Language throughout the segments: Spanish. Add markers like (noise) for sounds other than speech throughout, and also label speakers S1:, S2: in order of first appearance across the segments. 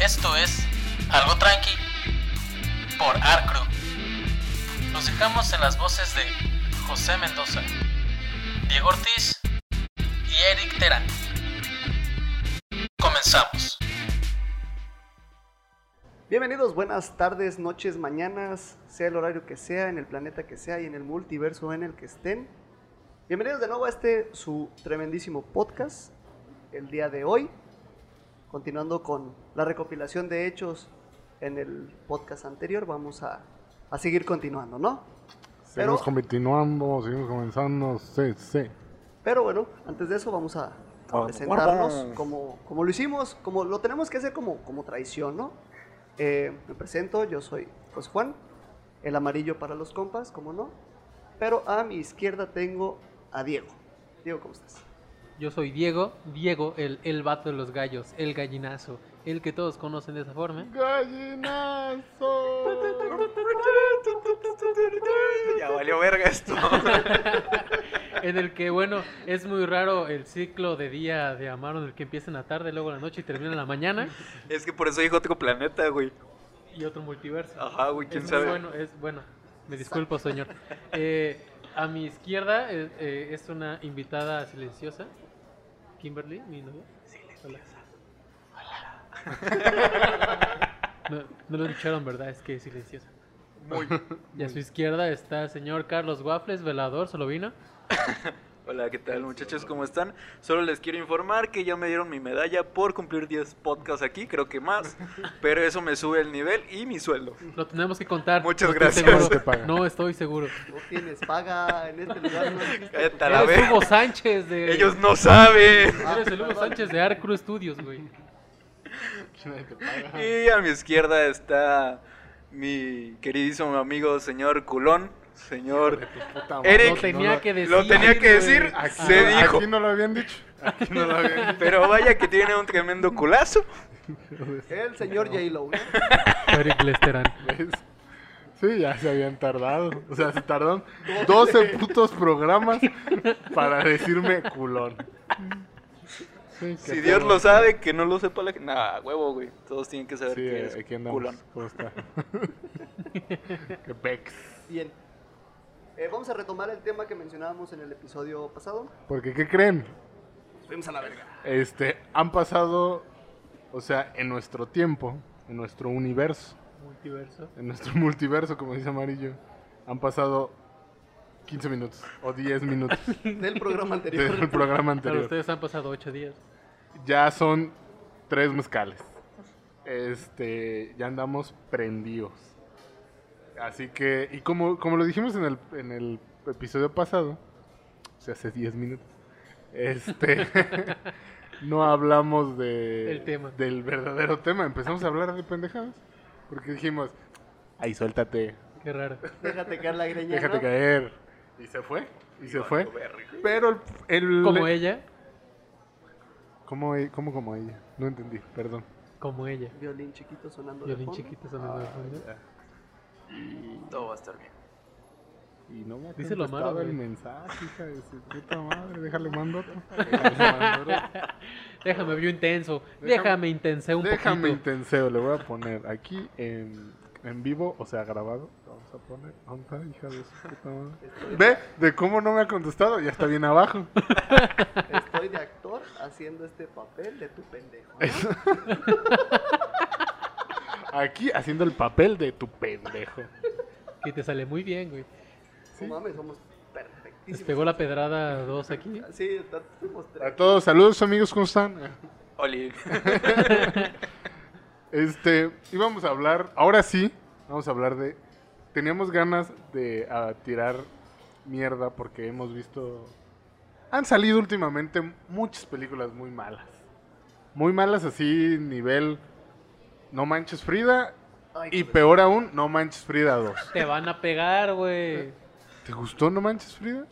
S1: Esto es Algo Tranqui por Arcro. Nos dejamos en las voces de José Mendoza, Diego Ortiz y Eric Terán. Comenzamos.
S2: Bienvenidos, buenas tardes, noches, mañanas, sea el horario que sea, en el planeta que sea y en el multiverso en el que estén. Bienvenidos de nuevo a este su tremendísimo podcast el día de hoy, continuando con la recopilación de hechos en el podcast anterior, vamos a, a seguir continuando, ¿no? Pero,
S3: Seguimos continuando, seguimos comenzando, sí, sí.
S2: pero bueno, antes de eso vamos a, a
S3: Ah,
S4: Vamos,
S2: presentarnos
S4: guardas.
S2: como, como lo hicimos, como lo tenemos que hacer como, como traición, ¿no? Eh, me presento, yo soy José Juan, el amarillo para los compas, como no, pero a mi izquierda tengo a Diego. Diego, ¿cómo estás?
S5: Yo soy Diego, Diego, el, el vato de los gallos, el gallinazo, el que todos conocen de esa forma.
S3: Gallinazo.
S4: Ya valió verga esto.
S5: En el que, bueno, es muy raro el ciclo de día de Amaro, en el que empieza en la tarde, luego en la noche y termina en la mañana.
S4: (laughs) es que por eso dijo otro planeta, güey.
S5: Y otro multiverso.
S4: Ajá, güey, quién
S5: es muy
S4: sabe.
S5: bueno, es bueno. Me disculpo, señor. Eh, a mi izquierda eh, eh, es una invitada silenciosa, Kimberly, mi novia. Silenciosa. Hola. (laughs) No, no lo escucharon, ¿verdad? Es que es silenciosa.
S4: Muy.
S5: Y a su izquierda está el señor Carlos Waffles, velador, solo vino.
S4: Hola, ¿qué tal, muchachos? ¿Cómo están? Solo les quiero informar que ya me dieron mi medalla por cumplir 10 podcasts aquí, creo que más. Pero eso me sube el nivel y mi sueldo.
S5: Lo tenemos que contar.
S4: Muchas
S5: no estoy
S4: gracias.
S3: Te
S5: seguro.
S3: pagan.
S5: No estoy seguro.
S2: No tienes paga en este lugar. No existe
S4: Cállate a la
S5: Eres
S4: verga.
S5: Hugo Sánchez de.
S4: Ellos no saben.
S2: Ah,
S5: Eres el Hugo
S2: perdón.
S5: Sánchez de Arcru Studios, güey.
S4: Y a mi izquierda está mi queridísimo amigo, señor Culón. Señor. Eric.
S5: Lo tenía que decir.
S4: Lo tenía que
S5: güey.
S4: decir.
S3: Aquí,
S4: Se
S3: no-
S4: dijo.
S3: aquí no lo habían dicho. Aquí no lo habían dicho.
S4: (laughs) Pero vaya que tiene un tremendo culazo.
S2: El señor J-Lo. ¿no?
S5: Eric Lesterán.
S3: ¿Ves? Sí, ya se habían tardado. O sea, se tardaron 12 putos programas para decirme culón. Sí,
S4: Si
S3: qué
S4: Dios
S3: pedo.
S4: lo sabe, que no lo sepa la gente. Nah, huevo, güey. Todos tienen que saber
S3: Sí, eh,
S4: que es
S3: aquí andamos.
S4: culón.
S3: ¿Cómo
S4: (laughs)
S3: está? Qué pex.
S2: Bien. Eh, vamos a retomar el tema que mencionábamos en el episodio pasado.
S3: Porque, ¿qué creen?
S2: Fuimos a la verga.
S3: Este, han pasado, o sea, en nuestro tiempo, en nuestro universo,
S5: Multiverso.
S3: en nuestro (laughs) multiverso, como dice Amarillo, han pasado 15 minutos o 10 minutos
S2: Del programa
S3: del
S2: anterior.
S3: (laughs) programa
S5: Para
S3: anterior.
S5: ustedes han pasado ocho días.
S3: Ya son tres mezcales. Este, ya andamos prendidos. Así que, y como, como lo dijimos en el, en el episodio pasado, o sea, hace 10 minutos,
S5: (laughs)
S3: este, (laughs) no hablamos de,
S5: El tema.
S3: del verdadero tema. Empezamos a hablar de pendejadas. Porque dijimos, ahí suéltate,
S5: Qué raro.
S2: Déjate caer la greña.
S3: déjate
S2: ¿no?
S3: caer. Y se fue, y se fue. Pero el... el-
S5: Como ella.
S3: ¿Cómo e- cómo como ella? No entendí, perdón.
S5: Como ella.
S2: Violín chiquito sonando. de
S5: Violín
S2: fondo.
S5: chiquito
S3: Ah.
S5: sonando de fondo.
S4: Todo va a estar bien.
S3: Y no me ha
S5: Díselo a Maro,
S3: contestado el
S5: güey.
S3: mensaje, hija de su puta madre. Déjale mando
S5: (laughs)
S3: otro.
S5: Déjame vio intenso.
S3: Déjame-
S5: Déjame intensé un
S3: Déjame
S5: poquito.
S3: intenseo, le voy a poner aquí en, en vivo, o sea, grabado. Vamos a poner. ¿Dónde está, hija de su puta madre? Ve, de cómo no me ha contestado, ya está bien abajo.
S2: (laughs) Estoy de actor haciendo este papel de tu pendejo. ¿no?
S3: Aquí haciendo el papel de tu pendejo.
S5: Y te sale muy bien, güey.
S2: No mames, somos
S5: Les
S2: perfectísimos.
S3: ¿Este
S5: pegó la pedrada dos aquí.
S2: Sí, está- fuimos
S3: A
S2: tres.
S3: todos, saludos amigos, ¿cómo están?
S4: (laughs) Oli.
S3: Este, íbamos a hablar, ahora sí, vamos a hablar de... Teníamos ganas de ah, tirar mierda porque hemos visto... Han salido últimamente muchas películas muy malas. Muy malas así, nivel No Manches Frida
S2: Ay,
S3: y
S2: qué
S3: peor aún, No Manches Frida 2.
S5: Te van a pegar,
S3: ¿Eh?
S5: güey.
S3: ¿Te gustó No Manches Frida?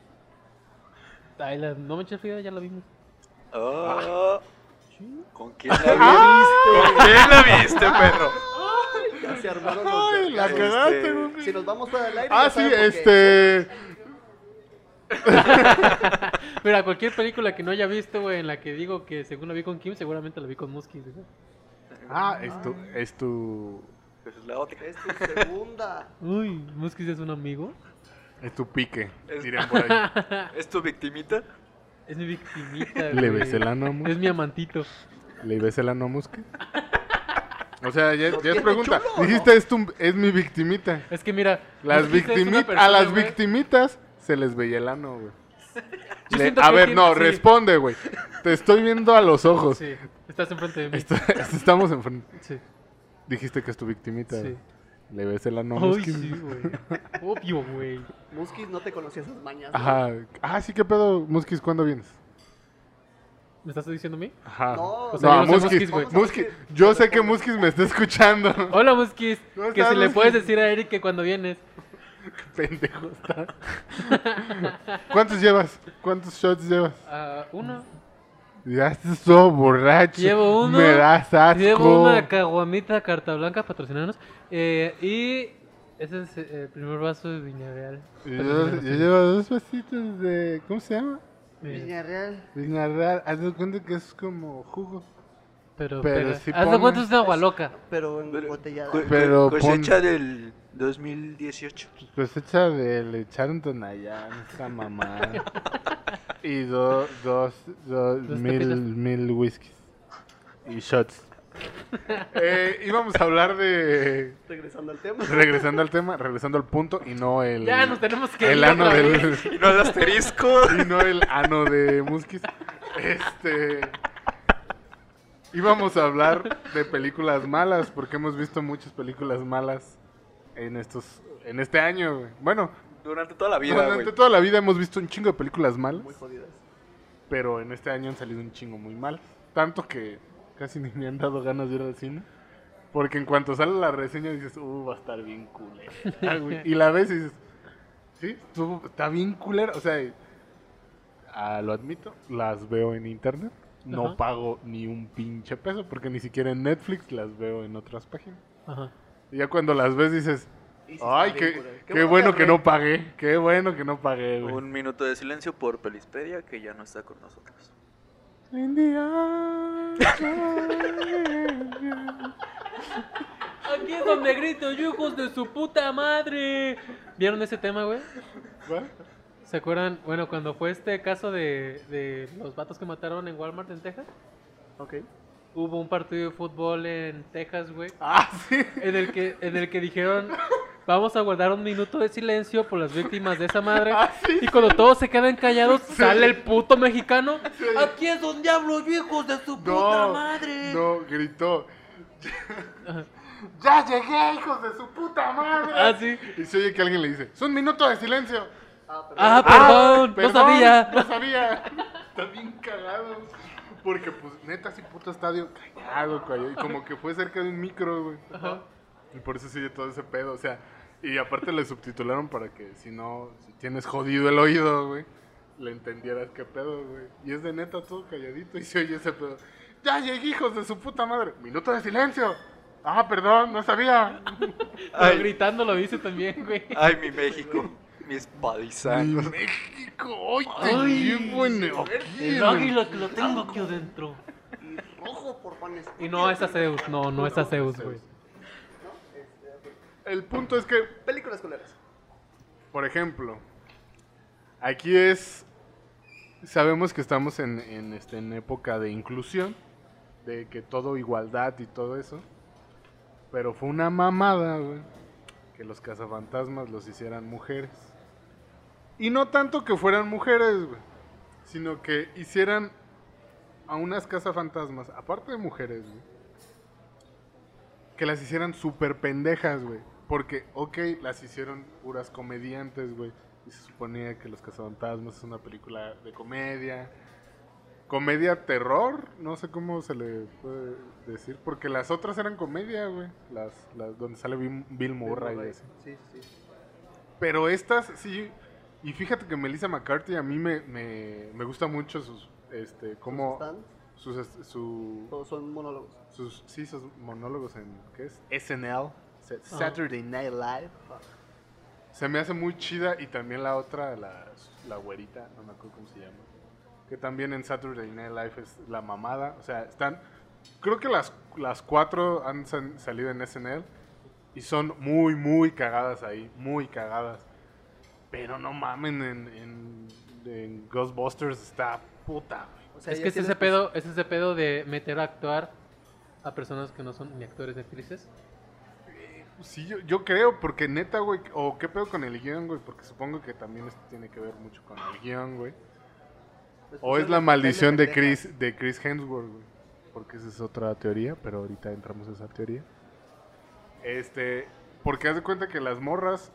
S5: Ay, la, no me eches frío, ya lo vimos.
S4: Oh. ¿Con quién la
S3: Ah.
S2: Ah.
S4: viste? ¿Con quién la viste, perro?
S2: pedo, ya se armaron los
S3: Ay, la
S2: vergazos.
S3: cagaste,
S4: Este,
S3: güey.
S2: Si nos vamos fuera del aire.
S3: Ah,
S2: ya
S3: sí,
S2: saben por qué.
S3: este...
S5: Mira, ¿eh? cualquier película que no haya visto, güey, en la que digo que según la vi con Kim, seguramente la vi con Muskis, güey.
S3: Ah, es tu, es tu,
S4: Esa Pues es la otra.
S2: Es tu segunda.
S5: Uy, Muskis es un amigo.
S3: es tu pique,
S4: Es-
S3: dirían por
S5: (laughs)
S3: ahí.
S4: ¿Es tu victimita?
S5: Es mi victimita.
S3: Le
S5: güey.
S3: besé el ano a Musque.
S5: Es mi amantito.
S3: ¿Le ves el ano a Musque? O sea, ya, ya es
S4: tiene
S3: pregunta.
S4: chulo, ¿no?
S3: Dijiste, es, tu- es mi victimita.
S5: Es que mira.
S3: Las
S5: Muskis es una
S3: victimi-
S5: persona,
S3: a las
S5: güey.
S3: victimitas se les veía el ano, güey.
S5: Yo
S3: Le-
S5: siento
S3: A
S5: que
S3: ver,
S5: tiene-
S3: no,
S5: sí.
S3: responde, güey. Te estoy viendo a los ojos.
S5: Sí, estás enfrente de mí.
S3: Esto- (laughs) estamos enfrente.
S5: Sí,
S3: Dijiste que es tu victimita.
S5: sí.
S3: güey. ¿Le ves el ano a
S5: Uy,
S3: Musque?
S5: sí,
S3: (laughs)
S5: güey. Obvio, güey.
S2: Muskis no te conocía esas mañas. güey.
S3: Ajá. Ah, sí, ¿qué pedo, Muskis? ¿Cuándo vienes?
S5: ¿Me estás diciendo a mí?
S3: Ajá.
S2: No,
S5: O sea,
S3: No,
S5: yo
S3: a
S5: no sé
S3: Muskis.
S5: Muskis, güey.
S3: Muskis. Yo sé que Muskis me está escuchando.
S5: Hola, Muskis.
S3: ¿Cómo
S5: Que
S3: estás,
S5: si le
S3: Muskis?
S5: puedes decir a Eric que cuando vienes.
S3: (laughs) Pendejo está. ¿Cuántos llevas? ¿Cuántos shots llevas?
S5: ah, uno.
S3: Ya estás todo borracho.
S5: Llevo uno.
S3: Me das asco.
S5: Llevo una caguamita carta blanca, patrocinanos. Eh, y ese es eh, el primer vaso de Viña Real.
S3: Yo, yo
S5: Patrocinanos.
S3: llevo dos vasitos de. ¿Cómo se llama?
S5: Eh,
S2: Villarreal.
S3: Viñarral. Haz de cuenta que es como jugo.
S5: Pero,
S3: Pero
S5: pero
S3: si
S5: haz de
S3: pone-
S5: cuenta es una agua loca.
S2: Pero
S4: Pero-
S2: embotellada.
S4: Co- co-
S3: Pero pon-
S4: cosecha del 2018.
S3: Pues hecha de le echaron Tonayán, esa mamada. y do- dos, dos,
S5: Dos
S3: mil,
S5: pepitas.
S3: mil whiskies. Y shots. eh, íbamos a hablar de.
S2: Regresando al tema.
S3: Regresando al tema, regresando al punto y no el.
S5: Ya nos tenemos que
S3: el
S5: ir
S3: ano
S5: otra
S3: (laughs)
S5: vez.
S3: del.
S4: Y no al asterisco.
S3: y no el ano de Muskis. Este. Íbamos a hablar de películas malas, porque hemos visto muchas películas malas en estos. en este año, güey. Bueno,
S4: Durante toda la vida,
S3: durante
S4: güey.
S3: toda la vida hemos visto un chingo de películas malas,
S2: Muy jodidas.
S3: pero en este año han salido un chingo muy mal. Tanto que casi ni me han dado ganas de ir al cine. Porque en cuanto sale la reseña dices, uh, va a estar bien culera, güey. Y la ves y dices, sí, estuvo- está bien culera. O sea, ah, lo admito, las veo en internet. No
S5: Ajá.
S3: pago ni un pinche peso porque ni siquiera en Netflix las veo en otras páginas.
S5: Ajá.
S3: Y ya cuando las ves dices,
S2: Y sí
S3: ay,
S2: está
S3: qué,
S2: bien culera.
S3: qué bueno que
S2: arre-
S3: no pagué, qué bueno que no pagué, güey.
S4: Un minuto de silencio por Pelispedia, que ya no está con nosotros.
S3: In the eyes of-
S5: Aquí es donde grito, yo hijos de su puta madre. ¿Vieron ese tema, güey?
S3: ¿Cuál?
S5: ¿Se acuerdan? Bueno, cuando fue este caso de, de los vatos que mataron en Walmart en Texas,
S2: Ok.
S5: hubo un partido de fútbol en Texas, güey,
S3: (laughs) Ah, sí.
S5: en el que, en el que dijeron, vamos a guardar un minuto de silencio por las víctimas de esa madre.
S3: Ah,
S5: Y cuando todos se quedan callados, sale el puto mexicano. Aquí es donde hablo, yo, hijos de su puta
S3: No,
S5: madre.
S3: no, gritó. (laughs) ya llegué, hijos de su puta madre.
S5: Ah, sí.
S3: Y se oye que alguien le dice, es un minuto de silencio.
S2: Ah, pero
S5: Ah, perdón,
S3: Ah,
S5: no sabía.
S3: No sabía. Está bien cagado. Porque pues neta, sí puto estadio callado, callado. Y como que fue cerca de un micro, güey.
S5: Ajá.
S3: Y por eso sigue todo ese pedo, o sea, y aparte le subtitularon para que si no, si tienes jodido el oído, güey, le entendieras qué pedo, güey. Y es de neta todo calladito y se oye ese pedo. Ya llegué, hijos de su puta madre. Minuto de silencio. Ah, perdón, no sabía.
S5: Pero
S4: Ay.
S5: gritando lo hice también, güey.
S4: Ay, mi México. Mis
S3: Mi
S4: paisanos.
S3: México, ay, te
S5: Ay,
S3: llevo en el- aquí,
S5: El
S3: güey.
S5: águila que lo tengo aquí adentro.
S2: Y rojo por panes.
S5: Y no es a Zeus, no, no es a Zeus, güey.
S3: El punto es que
S2: Películas culeras.
S3: Por ejemplo, aquí es. Sabemos que estamos en, en, este, en época de inclusión, de que todo igualdad y todo eso. Pero fue una mamada, güey, que los cazafantasmas los hicieran mujeres. Y no tanto que fueran mujeres, güey, sino que hicieran a unas cazafantasmas, aparte de mujeres, güey, que las hicieran súper pendejas, güey. Porque, ok, las hicieron puras comediantes, güey. Y se suponía que Los Cazafantasmas es una película de comedia. Comedia terror, no sé cómo se le puede decir. Porque las otras eran comedia, güey. Las, las donde sale Bill, Bill Murray. y así.
S2: Sí, sí, sí.
S3: Pero estas sí. Y fíjate que Melissa McCarthy a mí me, me, me gusta mucho sus. Este, cómo.
S2: Están,
S3: Sus, est- su,
S2: todos son monólogos.
S3: sus, sí, sus monólogos en, ¿qué es? SNL, Sa- Saturday Night Live. Se me hace muy chida y también la otra, la, la güerita, no me acuerdo cómo se llama, que también en Saturday Night Live es la mamada, o sea, están creo que las, las cuatro han san- salido en SNL y son muy, muy cagadas ahí, muy cagadas. Pero no mamen, en, en, en Ghostbusters está puta, güey.
S2: O sea,
S5: es
S2: ya
S5: que es ese,
S2: tienes- pues
S5: pedo, es ese pedo de meter a actuar a personas que no son ni actores ni actrices.
S3: Sí, yo, yo creo, porque neta, güey, o qué pedo con el guión, güey, porque supongo que también esto tiene que ver mucho con el guión, güey.
S2: pues,
S3: O es
S2: son
S3: la
S2: las
S3: maldición de
S2: pendejas.
S3: Chris, de Chris Hemsworth, güey. Porque esa es otra teoría, pero ahorita entramos a esa teoría. Este, porque haz de cuenta que las morras,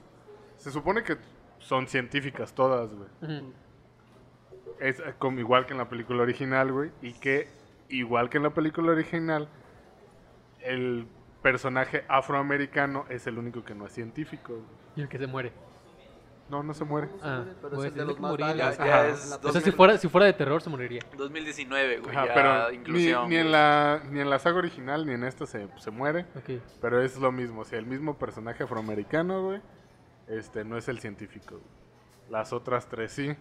S3: se supone que son científicas todas, güey.
S5: Ujú.
S3: Es eh, como igual que en la película original, güey. Y que, igual que en la película original, el personaje afroamericano es el único que no es científico, güey.
S5: Y el que se muere.
S3: No, no se muere.
S5: Ah,
S2: Pero
S5: güey,
S2: es el de
S5: tiene
S2: los
S5: que
S2: más
S5: morir,
S2: malos,
S5: o
S4: ya
S5: sea,
S2: ajá,
S4: es
S2: en la
S5: O sea,
S2: película.
S5: si fuera, si fuera de terror se moriría.
S4: 2019, güey,
S3: Ajá,
S4: Pues ya
S3: pero ni,
S4: inclusión.
S3: ni en
S4: güey.
S3: la, ni en la saga original ni en esta se, se muere.
S5: Ok.
S3: Pero es lo mismo, o sea, el mismo personaje afroamericano, güey, este, no es el científico. güey. Las otras tres sí.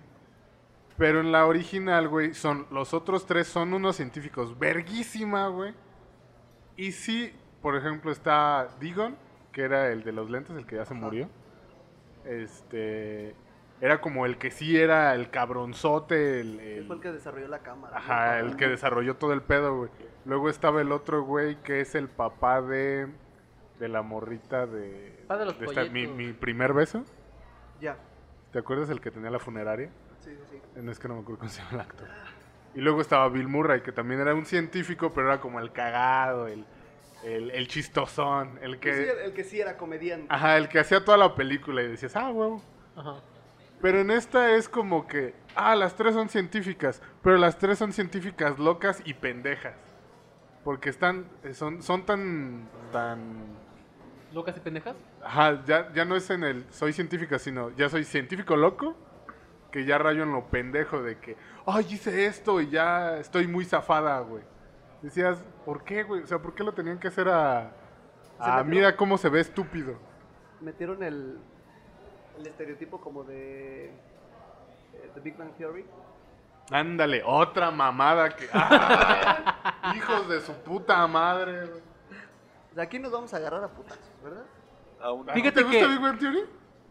S3: Pero en la original, güey, son, los otros tres son unos científicos verguísima, güey. Y sí, por ejemplo, está Digon, que era el de los lentes, el que ya se murió. Este, era como el que sí era el cabronzote, el...
S2: Él
S3: el-
S2: fue el que desarrolló la cámara.
S3: Ajá,
S2: ¿no?
S3: el que desarrolló todo el pedo, güey. Luego estaba el otro güey que es el papá de de la morrita de
S5: Papá de los
S3: esta- mi,
S5: pollitos.
S3: mi primer beso.
S2: Ya.
S3: ¿Te acuerdas el que tenía la funeraria?
S2: Sí, sí, sí.
S3: Eh, No es que no me acuerdo cómo se llama el actor. Y luego estaba Bill Murray, que también era un científico, pero era como el cagado, el, el, el chistosón, el
S2: Pues sí, el,
S3: que...
S2: el que sí era comediante.
S3: Ajá, el que hacía toda la película y decías, ah, huevo.
S5: Ajá.
S3: Pero en esta es como que, ah, las tres son científicas, pero las tres son científicas locas y pendejas. Porque están, eh, son, son tan, tan,
S5: ¿Locas y pendejas?
S3: ajá, ya, ya no es en el soy científica, sino ya soy científico loco, que ya rayo en lo pendejo de que, ay, hice esto y ya estoy muy zafada, güey. Decías, ¿por qué, güey? O sea, ¿por qué lo tenían que hacer a, a
S2: metió-
S3: mira cómo se ve estúpido?
S2: Metieron el, el estereotipo como de eh, The Big Bang Theory.
S3: Ándale, otra mamada que. ¡Ah! Hijos de su puta madre, güey.
S2: O sea, aquí nos vamos a agarrar a putazos, ¿verdad?
S4: Aún-
S3: ¿A ti
S5: Fíjate
S3: ¿Te gusta
S5: que-
S3: Big Bang Theory?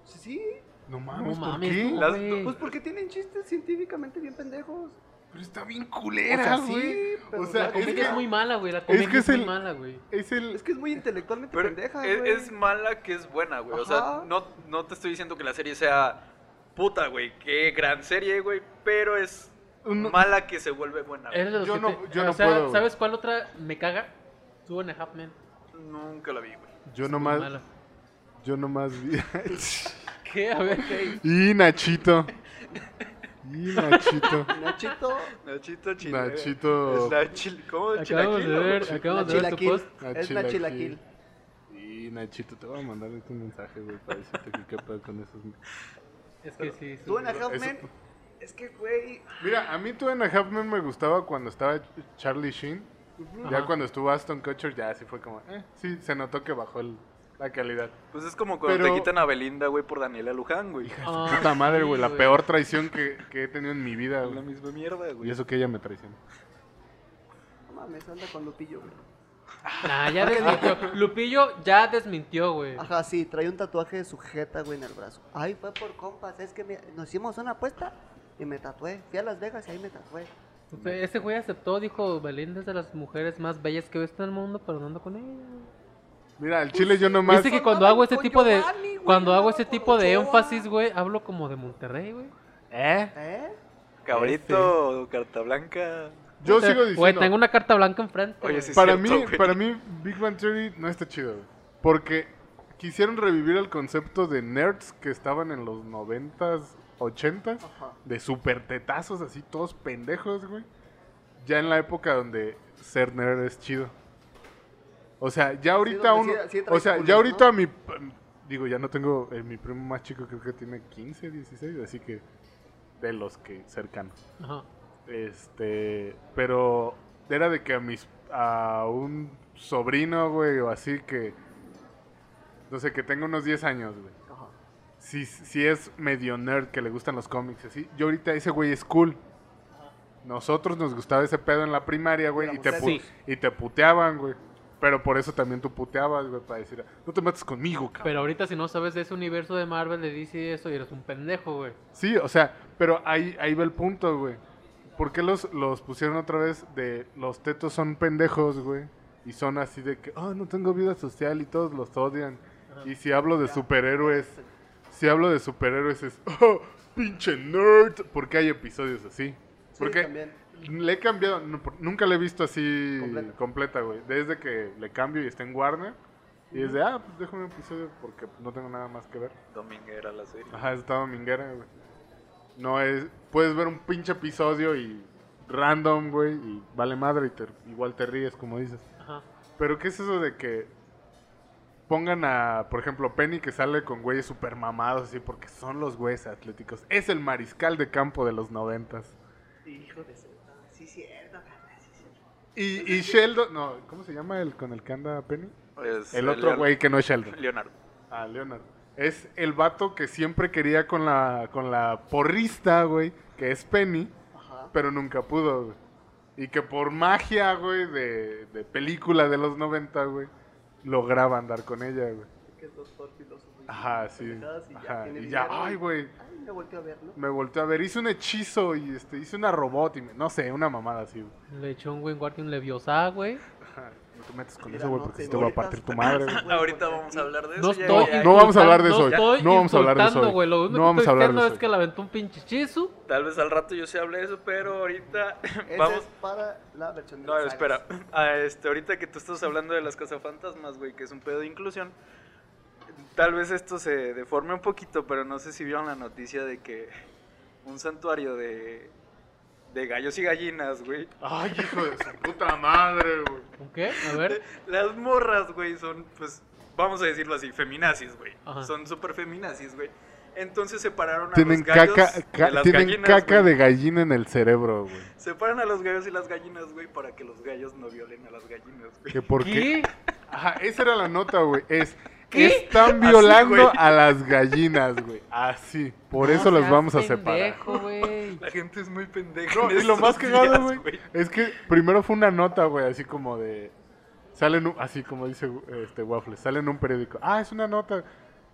S2: Sí, sí.
S3: No mames,
S5: no
S3: ¿por
S5: mames,
S3: qué?
S5: no,
S4: Las-
S5: güey.
S2: Pues porque tienen chistes científicamente bien pendejos.
S3: Pero está bien
S2: O
S3: culera,
S2: sea, sí,
S3: güey.
S2: pero
S3: O sea,
S2: la
S5: La comedia
S3: es,
S5: es,
S3: que,
S5: muy mala, güey. La
S3: que
S5: comedia es,
S3: es el-
S5: muy mala, güey.
S3: es el.
S2: Es que es muy intelectualmente
S4: Pero
S2: pendeja,
S4: es,
S2: güey.
S4: es mala que es buena, güey. O sea,
S2: Ajá.
S4: no, no te estoy diciendo que la serie sea puta, güey. Qué gran serie, güey. Pero es
S3: un-
S4: mala que se vuelve buena. güey.
S5: Eres de los
S3: Yo
S5: que
S3: no-
S5: te-
S3: yo
S5: o
S3: no
S5: sea,
S3: puedo, güey.
S5: ¿Sabes cuál otra me caga? Two and a Half Men.
S4: Nunca la vi, güey.
S3: yo
S5: Es
S3: nomás.
S5: muy mala.
S3: Yo nomás vi. (laughs)
S5: ¿Qué? A ver. (laughs)
S3: y Nachito. Y Nachito.
S2: Nachito.
S4: Nachito Chile.
S3: Nachito.
S4: Es la chil- ¿Cómo?
S5: Acabamos de
S4: Chilaquil, o-
S5: ver, acabamos de ver tu
S2: Nachilaquil.
S5: post.
S2: Es Nachilaquil.
S3: Y Nachito, te voy a mandar ahorita un mensaje, güey, para decirte que qué pedo con esos.
S5: Es que sí.
S2: Tú en a
S5: sí.
S2: Half
S3: Eso-
S2: Men. Es que, güey.
S3: Mira, a mí Two and a Half Men me gustaba cuando estaba Charlie Sheen. Ya
S5: Ajá.
S3: cuando estuvo Aston Kutcher, ya sí fue como, eh, sí, se notó que bajó el- la calidad.
S4: Pues es como cuando
S3: Pero-
S4: te quitan a Belinda, güey, por Daniela Luján, güey.
S5: Ah,
S3: Puta madre,
S5: sí,
S3: güey, la peor traición que, que he tenido en mi vida,
S4: La
S3: güey.
S4: misma mierda,
S3: Y
S4: güey.
S3: eso que ella me traicionó.
S2: No mames, anda con Lupillo, güey.
S5: Nah, ya desmintió. (laughs) Lupillo ya desmintió, güey.
S2: Ajá, sí, trae un tatuaje de sujeta, güey, en el brazo. Ay, fue por compas, es que me- nos hicimos una apuesta y me tatué. Fui a Las Vegas y ahí me tatué.
S5: O sea, Pues, eh, Ese güey aceptó, dijo, Belinda es de las mujeres más bellas que he visto en el mundo, pero no ando con ella.
S3: Mira, el chile yo nomás.
S5: Dice que
S2: Andaba
S5: cuando hago este
S2: con
S5: tipo de
S2: Giovanni, güey,
S5: cuando
S2: andaba
S5: hago este
S2: con
S5: tipo de
S2: Ochoa.
S5: énfasis, güey, hablo como de Monterrey, güey.
S3: ¿Eh?
S2: ¿Eh?
S4: Cabrito, carta blanca.
S3: Yo
S5: Puta,
S3: sigo
S5: Güey,
S3: diciendo.
S5: tengo una carta blanca enfrente.
S4: Oye,
S5: güey.
S4: sí,
S3: para,
S4: cierto,
S3: mí,
S4: güey.
S3: para mí, Big Bang Theory no está chido, güey. Porque quisieron revivir el concepto de nerds que estaban en los 90s, 80s.
S2: Ajá.
S3: de super tetazos así, todos pendejos, güey. Ya en la época donde ser nerd es chido. O sea, ya ahorita
S2: donde
S3: uno.
S2: sí- sí traes
S3: o sea,
S2: culos,
S3: ya
S2: ¿no?
S3: ahorita mi. Digo, ya no tengo. eh, mi primo más chico creo que tiene 15, 16, así que. De los que cercanos.
S5: Ajá.
S3: Este, pero era de que a mis a un sobrino, güey, o así que no sé, que tenga unos 10 años, güey.
S2: Ajá.
S3: Si, si es medio nerd que le gustan los cómics, así. Yo ahorita ese güey es cool. Nosotros nos gustaba ese pedo en la primaria, güey, y, te
S2: Éramos
S3: pu-
S5: sí.
S3: y te puteaban, güey. Pero por eso también tú puteabas, güey, para decir, no te mates conmigo, cabrón.
S5: Pero ahorita si no sabes de ese universo de Marvel, de DC eso, y eres un pendejo, güey.
S3: Sí, o sea, pero ahí, ahí va el punto, güey. ¿Por qué los, los pusieron otra vez de los tetos son pendejos, güey? Y son así de que, oh, no tengo vida social y todos los odian. Y si hablo de superhéroes, si hablo de superhéroes es, oh, pinche nerd. Porque hay episodios así.
S2: Sí,
S3: Porque
S2: también.
S3: le he cambiado, no, por- nunca le he visto así
S2: Completa.
S3: completa, güey. Desde que le cambio y está en Warner. Y es de, ah, pues déjame un episodio porque no tengo nada más que ver.
S4: Dominguera la serie.
S3: Ajá, está dominguera, güey. No es. Puedes ver un pinche episodio y. Random, güey, y vale madre, y te- igual te ríes, como dices.
S5: Ajá.
S3: Pero, ¿qué es eso de que pongan a, por ejemplo, Penny que sale con güeyes super mamados, así, porque son los güeyes atléticos? Es el mariscal de campo de los noventas.
S2: Hijo de su... Sí, cierto, carnal, sí, cierto.
S3: Y, y Sheldon, no, ¿cómo se llama el con el que anda Penny?
S4: Es
S3: El otro
S4: Leon-
S3: güey que no es Sheldon.
S4: Leonardo.
S3: Ah, Leonardo. Es el vato que siempre quería con la, con la porrista, güey, que es Penny,
S2: Ajá.
S3: pero nunca pudo, güey. Y que por magia, güey, de, de película de los 90, güey, lograba andar con ella, güey.
S2: Que es doctor, filósofo. y
S3: Ajá, sí.
S2: pendejadas Y ya,
S3: Ajá,
S2: tiene
S3: y ya,
S2: dinero,
S3: ay, güey.
S2: Ay, me volteó a ver, ¿no?
S3: Me volteó a ver, hice un hechizo y este, hice una robot y me- no sé, una mamada así, güey.
S5: Le echó un buen guardián leviosa, güey.
S3: Ajá. No te metes con
S2: Mira,
S3: eso, güey,
S2: no
S3: porque
S2: te
S3: si te va a
S2: metas
S3: partir tu
S2: con
S3: madre,
S2: eso.
S4: (laughs)
S3: güey.
S2: Güey,
S4: Ahorita
S2: porque
S4: vamos
S2: aquí-
S4: a hablar de eso.
S5: No
S4: ya-
S5: estoy
S4: ya-
S3: No vamos a hablar de
S5: insultando-
S3: eso hoy.
S5: estoy
S3: No vamos a hablar de eso
S5: insultando,
S3: hoy.
S5: güey. Lo único
S3: No
S5: que
S3: vamos
S5: estoy
S3: a hablar de
S5: diciendo
S3: eso
S5: es
S3: hoy.
S5: que le aventó un pinche hechizo.
S4: Tal vez al rato yo sí hable de eso, pero ahorita
S2: Esa
S4: vamos.
S2: es para la versión de
S4: No,
S2: las
S4: espera.
S2: sagas.
S4: (laughs) Ah, este, ahorita que tú estás hablando de las cazafantasmas, güey, que es un pedo de inclusión. Tal vez esto se deforme un poquito, pero no sé si vieron la noticia de que un santuario de, de gallos y gallinas, güey.
S3: Ay, hijo de su puta madre, güey.
S5: ¿Con qué? A ver.
S4: Las morras, güey, son, pues, vamos a decirlo así, feminazis, güey.
S5: Ajá.
S4: Son súper feminazis, güey. Entonces separaron a
S3: Tienen
S4: los gallos
S3: caca, ca-
S4: de las
S3: tienen
S4: gallinas,
S3: caca
S4: güey.
S3: de gallina en el cerebro, güey.
S4: Separan a los gallos y las gallinas, güey, para que los gallos no violen a las gallinas, güey.
S3: ¿Que por qué?
S5: ¿Qué?
S3: Ajá, esa era la nota, güey. Es,
S5: ¿Qué?
S3: están
S4: Así,
S3: violando
S4: güey.
S3: a las gallinas, güey. Así. Por eso
S5: No
S3: los
S5: seas
S3: vamos a separar.
S5: pendejo, güey.
S4: La gente es muy pendeja.
S3: No,
S4: en
S3: y lo
S4: estos
S3: más
S4: días,
S3: cagado, güey, es que primero fue una nota, güey, así como de... Salen, un- así como dice este Waffle, sale en un periódico. Ah, es una nota.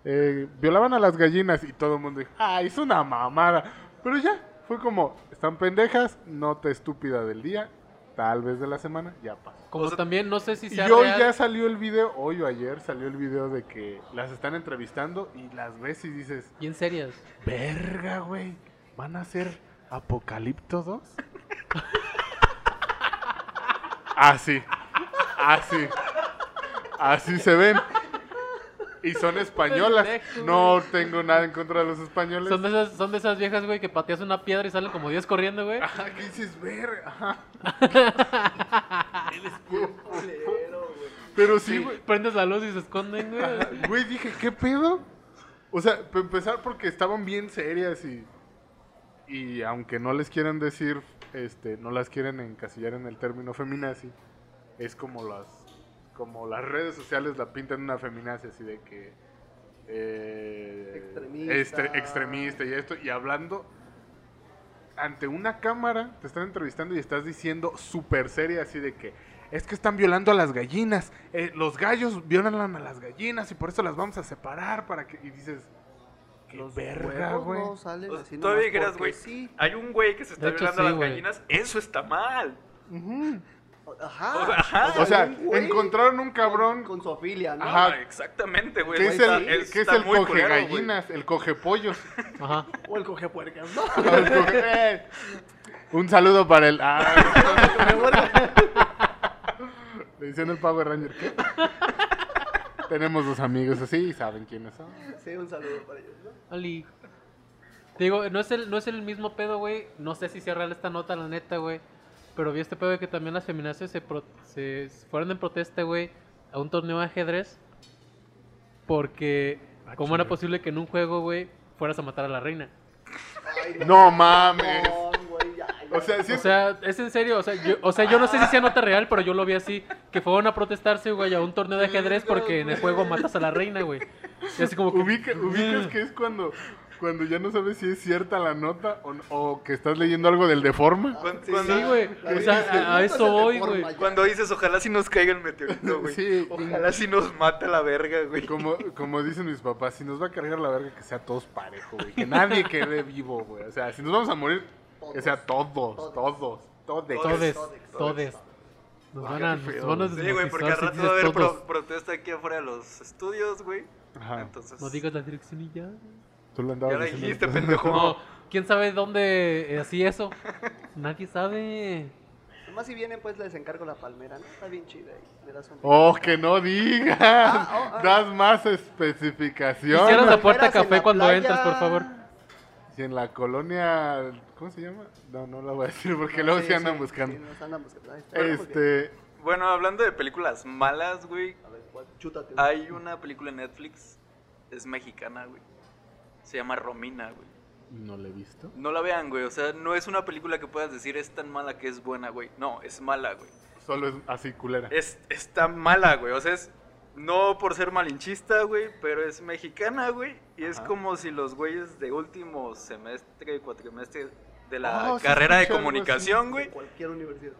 S3: eh, violaban a las gallinas y todo el mundo dijo, ah, es una mamada. Pero ya, fue como, están pendejas, nota estúpida del día, tal vez de la semana, ya pasó.
S5: Como
S4: O sea,
S5: también, no sé si
S3: Y
S5: sea
S3: hoy
S5: real.
S3: ya salió el video, hoy o ayer salió el video de que las están entrevistando y las ves y dices,
S5: Bien serias.
S3: verga, güey, ¿van a ser Apocalipto 2? (laughs) así, así, así se ven. Y son españolas.
S5: Pendejo,
S3: No tengo nada en contra de los españoles.
S5: Son de, esas, son de esas viejas, güey, que pateas una piedra y salen como 10 corriendo, güey.
S3: Ajá, ¿qué dices, verga? Ajá.
S5: (laughs)
S3: Pero sí, güey.
S5: Prendes la luz y se esconden,
S3: (laughs)
S5: güey.
S3: Güey, dije, ¿qué pedo? O sea, para empezar porque estaban bien serias y. Y aunque no les quieren decir, este, no las quieren encasillar en el término feminazi, es como las. Como las redes sociales la pintan una feminazi así de que. eh,
S2: Extremista.
S3: estre- extremista y esto. Y hablando ante una cámara, te están entrevistando y estás diciendo súper seria así de que es que están violando a las gallinas, eh, los gallos violan a las gallinas y por eso las vamos a separar para que... Y dices, qué
S2: Los
S3: verga, güey.
S2: No salen
S4: O sea,
S2: así
S4: todavía
S2: nomás
S4: dijeras,
S2: porque
S4: güey,
S2: Sí.
S4: hay un güey que se está
S5: De hecho,
S4: violando
S5: sí,
S4: a las
S5: güey.
S4: gallinas. Eso está mal.
S3: Ujú.
S2: Ajá.
S4: Ajá.
S3: O sea,
S2: un güey
S3: encontraron un cabrón
S2: Con, con su afilia, ¿no?
S3: Ajá.
S4: No, Ah, exactamente, güey.
S3: que
S4: eso
S3: es
S4: está-
S3: el,
S4: eso
S3: que es
S4: está
S3: el
S4: muy
S3: coge
S4: culero, güey.
S3: gallinas, el coge pollos.
S5: Ajá.
S2: O el coge puercas, ¿no? (laughs)
S3: El (laughs) coge- eh. un saludo para el... ah. Le dicen el Power Ranger, ¿qué? Tenemos dos amigos así y saben quiénes son.
S2: sí, un saludo para ellos, ¿no?
S5: Ali. Te Digo, no es, el, no es el mismo pedo, güey. No sé si sea real esta nota, la neta, güey. Pero vi este pedo de que también las feminazis se, pro- se se fueron en protesta, güey, a un torneo de ajedrez. Porque,
S3: Ah,
S5: ¿cómo era
S3: chinga.
S5: posible que en un juego, güey, fueras a matar a la reina?
S2: Ay,
S3: No mames.
S2: no, güey, ya, ya.
S3: O sea, sí
S5: O
S3: es-
S5: sea, es en serio, o sea, yo, o sea, yo no sé si sea nota real, pero yo lo vi así, que fueron a protestarse, güey, a un torneo (laughs) de ajedrez porque en el juego matas a la reina, güey. Y así como que, "Mm,
S3: ubica- ubicas que es cuando Cuando ya no sabes si es cierta la nota o, no- o que estás leyendo algo del deforma.
S4: Cuando,
S2: Ah, Sí,
S4: cuando-
S5: Sí, güey. O sea, a, a eso voy, güey.
S4: cuando dices, ojalá si nos caiga el meteorito, güey.
S3: Sí.
S4: Ojalá si nos mata la verga, güey.
S3: Como, como dicen mis papás, si nos va a cargar la verga, que sea todos parejo, güey. Que nadie quede vivo, güey. O sea, si nos vamos a morir, que sea todos, todos, todos.
S5: Todes,
S2: Todes,
S5: todes. Nos
S3: Ah,
S5: van a,
S3: qué feo,
S5: nos van a
S3: güey.
S4: Sí, güey, porque al
S5: desmonetizar si
S4: rato va a haber
S5: dices todos.
S4: pro- protesta aquí afuera de los estudios, güey.
S3: Ajá.
S4: Entonces.
S5: No digas la dirección y ya.
S3: Tú lo andabas
S4: Ya la
S3: diciendo.
S4: dijiste, pendejo.
S5: No, ¿quién sabe dónde eh, así eso? Nadie sabe.
S2: Nomás si vienen, pues les encargo la palmera, ¿no? Está bien chida ahí. Me das un...
S3: (laughs) Oh, que no digas.
S2: Ah, oh, ah.
S3: Das más
S5: Cierras
S3: especificaciones.
S5: la puerta
S2: Palmeras en
S5: café
S2: la
S5: cuando
S2: playa.
S5: entras, por favor.
S3: Si en la colonia. ¿Cómo se llama? No, no la voy a decir porque
S2: No, pues
S3: luego
S2: sí,
S3: se andan
S2: sí,
S3: buscando.
S2: sí, nos andan buscando. Ahí está, muy bien.
S3: este.
S4: Bueno, hablando de películas malas, güey.
S2: A ver, ¿cuál? chútate. una.
S4: Hay una película en Netflix. Es mexicana, güey. Se llama Romina, güey.
S3: No la he visto.
S4: No la vean, güey. O sea, no es una película que puedas decir es tan mala que es buena, güey. No, es mala, güey.
S3: Solo es así culera.
S4: Es, está mala, güey. O sea, es no por ser malinchista, güey, pero es mexicana, güey. Y es
S3: Ajá.
S4: como si los güeyes de último semestre, cuatrimestre de la
S3: Oh, se
S4: carrera de
S3: escucha algo
S4: comunicación,
S2: De
S4: güey,
S2: cualquier universidad.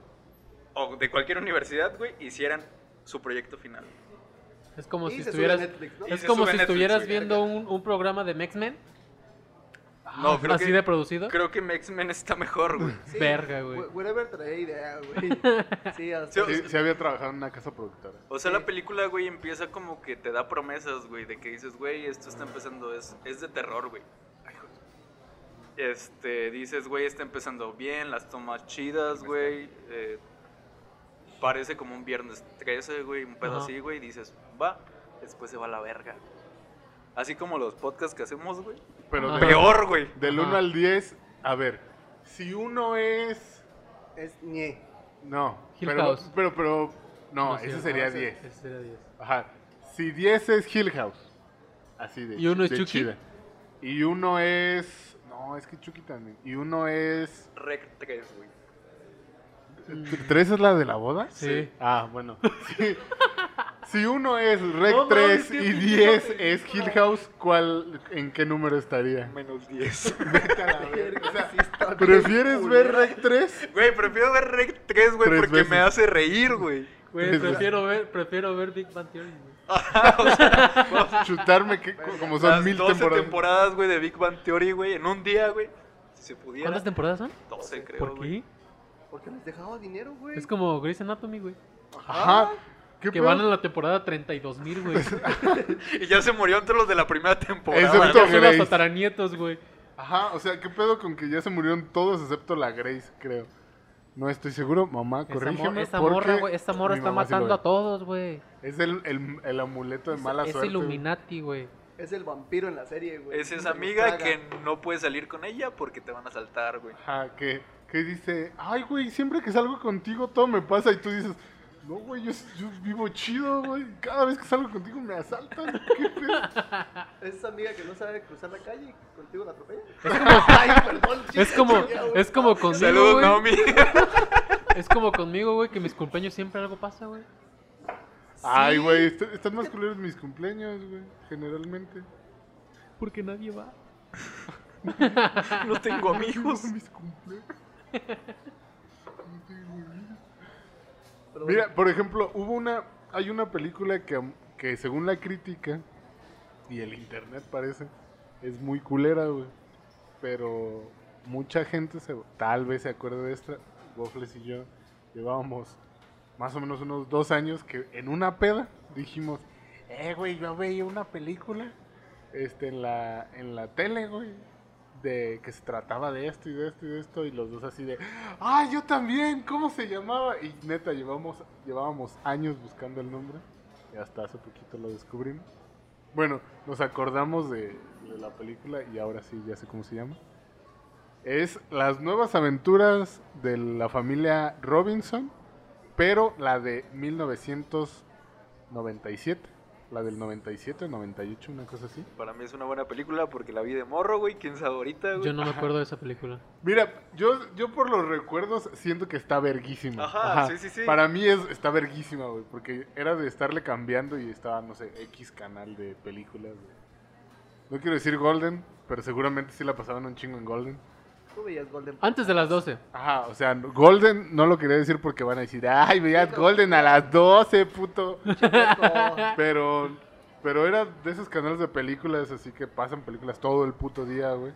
S4: o de cualquier universidad, güey, hicieran su proyecto final.
S5: Es como
S2: Y
S5: si
S2: se sube a
S5: estuvieras,
S2: Netflix, ¿no?
S4: Y
S5: es
S4: se
S5: como
S4: sube
S5: si
S4: Netflix,
S5: estuvieras
S4: güey.
S5: viendo un, un programa de Max Men,
S4: No, creo
S5: así
S4: que,
S5: de producido.
S4: creo que X-Men está mejor, güey.
S2: Sí,
S5: Verga, güey.
S2: wh- Whatever trae idea,
S5: (laughs)
S2: güey. Sí,
S4: Sí,
S2: hasta...
S4: o
S3: Sí, sí había trabajado en una casa productora.
S4: O sea, la
S2: Sí.
S4: película, güey, empieza como que te da promesas, güey, de que dices, güey, esto está empezando, es, es de terror, güey. Ay, joder. Este, dices, güey, está empezando bien, las tomas chidas, güey. eh, parece como un viernes 13, güey, un pedo
S5: Ajá.
S4: así, güey, dices, va, después se va a la verga. Así como los podcasts que hacemos, güey.
S3: Pero
S5: Ah.
S3: de-
S4: Peor, güey.
S3: Del
S5: Ajá.
S3: 1 al 10, a ver. Si uno es.
S2: Es ñe.
S3: No.
S5: Hill
S3: pero,
S5: House.
S3: pero, pero. No,
S5: No, sí,
S3: ese
S5: no,
S3: sería
S2: ese-
S3: 10.
S5: Ese era 10.
S3: Ajá. Si 10 es Hill House. Así de.
S5: ¿Y uno es
S3: de
S5: Chucky?
S3: chida. Y uno es. No, es que Chucky también. Y uno es.
S4: Rec 3, güey.
S5: Mm.
S3: ¿Tres es la de la boda?
S5: Sí.
S3: Ah, bueno. (laughs) Sí. Si uno es Rec
S5: No mames,
S3: 3
S5: qué
S3: y
S5: pinche
S3: 10
S5: película.
S3: es Hill House, ¿cuál, ¿en qué número estaría?
S4: Menos 10.
S3: O sea, (laughs)
S5: (laughs)
S3: ¿Prefieres ver Rec 3?
S4: (laughs) Güey, prefiero ver Rec 3, güey,
S3: Tres
S4: porque me
S3: veces.
S4: hace reír, güey.
S5: Güey,
S3: (laughs) Es la-
S5: prefiero ver, prefiero ver Big Bang Theory. güey.
S3: Chutarme que, co- como son
S4: Las
S3: mil
S4: 12
S3: temporadas.
S4: temporadas, güey, de Big Bang Theory, güey, en un día, güey. Si se pudiera.
S5: ¿Cuántas temporadas son?
S4: 12, creo,
S5: ¿Por
S4: güey.
S5: qué?
S2: ¿Por qué les dejaba dinero, güey?
S5: Es como Grey's Anatomy, güey.
S3: Ajá. ¿Qué
S5: Ah, Que
S3: pedo?
S5: van a la temporada 32.000,
S3: (laughs)
S5: güey.
S4: Y ya se murieron todos los de la primera temporada.
S3: Excepto-
S5: Ya son los
S3: Grey's.
S5: tataranietos, güey.
S3: Ajá, o sea, ¿qué pedo con que ya se murieron todos excepto la Grace, creo? No estoy seguro, mamá,
S5: Esa, mo-
S3: corrígeme.
S5: esa
S3: porque
S5: morra, güey. Esa morra
S3: mi
S5: está
S3: mamá sí
S5: matando
S3: lo
S5: a todos, güey.
S3: ve. Es el, el- el amuleto de
S5: Es-
S3: mala
S5: es
S3: suerte. güey.
S5: Illuminati, güey.
S2: Es el vampiro en la serie, güey.
S4: Es
S2: Se
S4: esa
S2: los
S4: amiga
S2: traga.
S4: que no puedes salir con ella porque te van a saltar, güey.
S3: Ajá, que, que dice, ay, güey, siempre que salgo contigo todo me pasa. Y tú dices, no, güey, yo, yo vivo chido, güey. Cada vez que salgo contigo me asaltan. ¿Qué pedo?
S2: Es esa amiga que no sabe cruzar la calle y contigo la atropella. (laughs) Ay, perdón, chica,
S5: Es como,
S2: chica, güey.
S5: es como conmigo,
S4: Saludos,
S5: güey. (laughs)
S4: Naomi.
S5: Es como conmigo, güey, que en mis cumpleaños siempre algo pasa, güey.
S3: Ay, güey, est- están más culeros mis cumpleaños, güey, generalmente.
S5: Porque nadie va.
S4: no tengo
S3: (laughs)
S4: amigos.
S3: Mis cumpleaños. No tengo vida.
S2: Pero bueno,
S3: Mira, por ejemplo, hubo una, hay una película que, que según la crítica y el internet parece, es muy culera, güey. Pero mucha gente se, tal vez se acuerde de esta. Waffles y yo llevábamos más o menos unos dos años que en una peda dijimos, eh, güey, yo veía una película este, en, la, en la tele, güey. De que se trataba de esto y de esto y de esto, y los dos así de, ¡Ah, yo también! ¿Cómo se llamaba? Y neta, llevamos, llevábamos años buscando el nombre. Y hasta hace poquito lo descubrimos. Bueno, nos acordamos de, de la película y ahora sí, ya sé cómo se llama. Es Las Nuevas Aventuras de la familia Robinson, pero la de 1997. La del 97, 98, una cosa así.
S4: Para mí es una buena película porque la vi de morro, güey. ¿Quién sabe ahorita, güey?
S5: Yo no me acuerdo de esa película.
S3: Mira, yo, yo por los recuerdos siento que está verguísima.
S4: Ajá, sí, sí, sí.
S3: Para mí es, está verguísima, güey, porque era de estarle cambiando y estaba, no sé, X canal de películas. güey. No quiero decir Golden, pero seguramente sí la pasaban un chingo en Golden.
S2: Tú veías Golden.
S5: Antes de las 12.
S3: Ajá, o sea, Golden no lo quería decir porque van a decir, ay, veías Golden a las 12, puto.
S2: Chapeco.
S3: Pero, pero era de esos canales de películas, así que pasan películas todo el puto día, güey.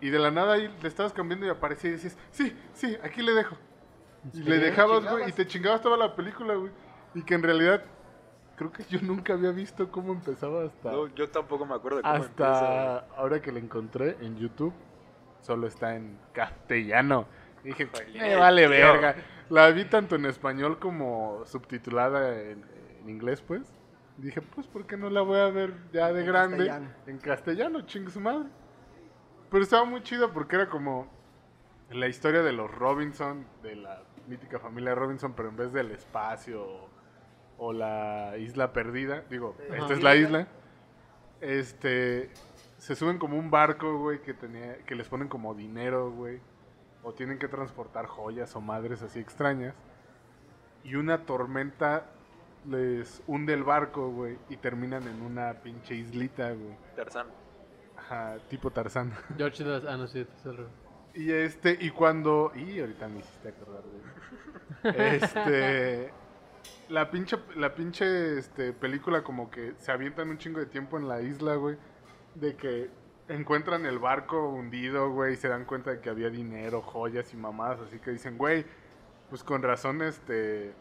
S3: Y de la nada ahí le estabas cambiando y aparecía y decías, sí, sí, aquí le dejo. Y le dejabas, güey, y te chingabas toda la película, güey. Y que en realidad, creo que yo nunca había visto cómo empezaba hasta...
S4: No, yo tampoco me acuerdo cómo
S3: Hasta ahora que la encontré en YouTube, solo está en castellano. Y dije, me vale verga. La vi tanto en español como subtitulada en, en inglés, pues. Y dije, pues, ¿por qué no la voy a ver ya de
S2: En
S3: grande?
S2: castellano.
S3: En castellano, chingue su madre. Pero estaba muy chida porque era como la historia de los Robinson, de la mítica familia Robinson, pero en vez del espacio o la isla perdida, digo,
S2: Ajá.
S3: esta es la isla, este, se suben como un barco, güey, que, tenía, que les ponen como dinero, güey, o tienen que transportar joyas o madres así extrañas, y una tormenta les hunde el barco, güey, y terminan en una pinche islita, güey,
S4: empezó Tarzán.
S3: ajá, tipo Tarzán.
S5: George de las... Ah, no, sí, es el revés.
S3: Y este, y cuando. Y ahorita me hiciste acordar de Este. La pinche, la pinche este, película, como que se avientan un chingo de tiempo en la isla, güey. De que encuentran el barco hundido, güey, y se dan cuenta de que había dinero, joyas y mamadas. Así que dicen, güey, pues con razón, este.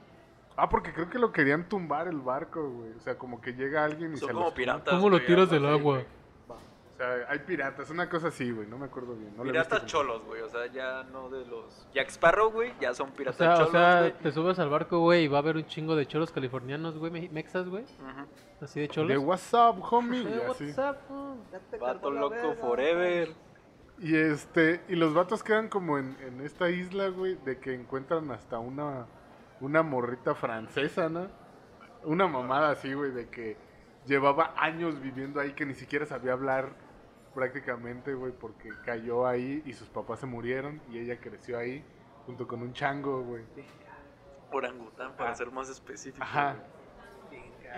S3: Ah, porque creo que lo querían tumbar el barco, güey. O sea, como que llega alguien y
S4: Son
S3: se
S4: como
S3: los-
S4: piratas.
S5: ¿Cómo lo
S4: güey,
S5: tiras
S4: algo
S5: del
S4: así,
S5: agua?
S4: güey.
S3: O sea, hay piratas, una cosa así, güey. No me acuerdo bien. no le he visto
S4: Piratas
S3: completo.
S4: cholos, güey. O sea, ya no de los. Jack Sparrow, güey. Ya son
S5: O
S4: piratas
S5: sea, o
S4: cholos,
S5: sea, pues,
S4: güey.
S5: te subes al barco, güey, y va a haber un chingo de cholos californianos, güey, me- mexas, güey.
S4: Ujú.
S5: Así de
S3: De
S5: cholos.
S3: WhatsApp, homie.
S5: Eh,
S3: y
S5: what's
S3: así.
S5: up, oh?
S2: Ya te cargó
S4: Vato
S2: la
S4: loco
S2: verga.
S4: forever.
S3: Y este, y los vatos quedan como en, en esta isla, güey, de que encuentran hasta una, una morrita francesa, ¿no? Una mamada así, güey, de que llevaba años viviendo ahí que ni siquiera sabía hablar prácticamente, güey, porque cayó ahí y sus papás se murieron y ella creció ahí junto con un chango, güey.
S4: Orangután, para
S3: Ah.
S4: ser más específico.
S3: Ajá.
S4: güey.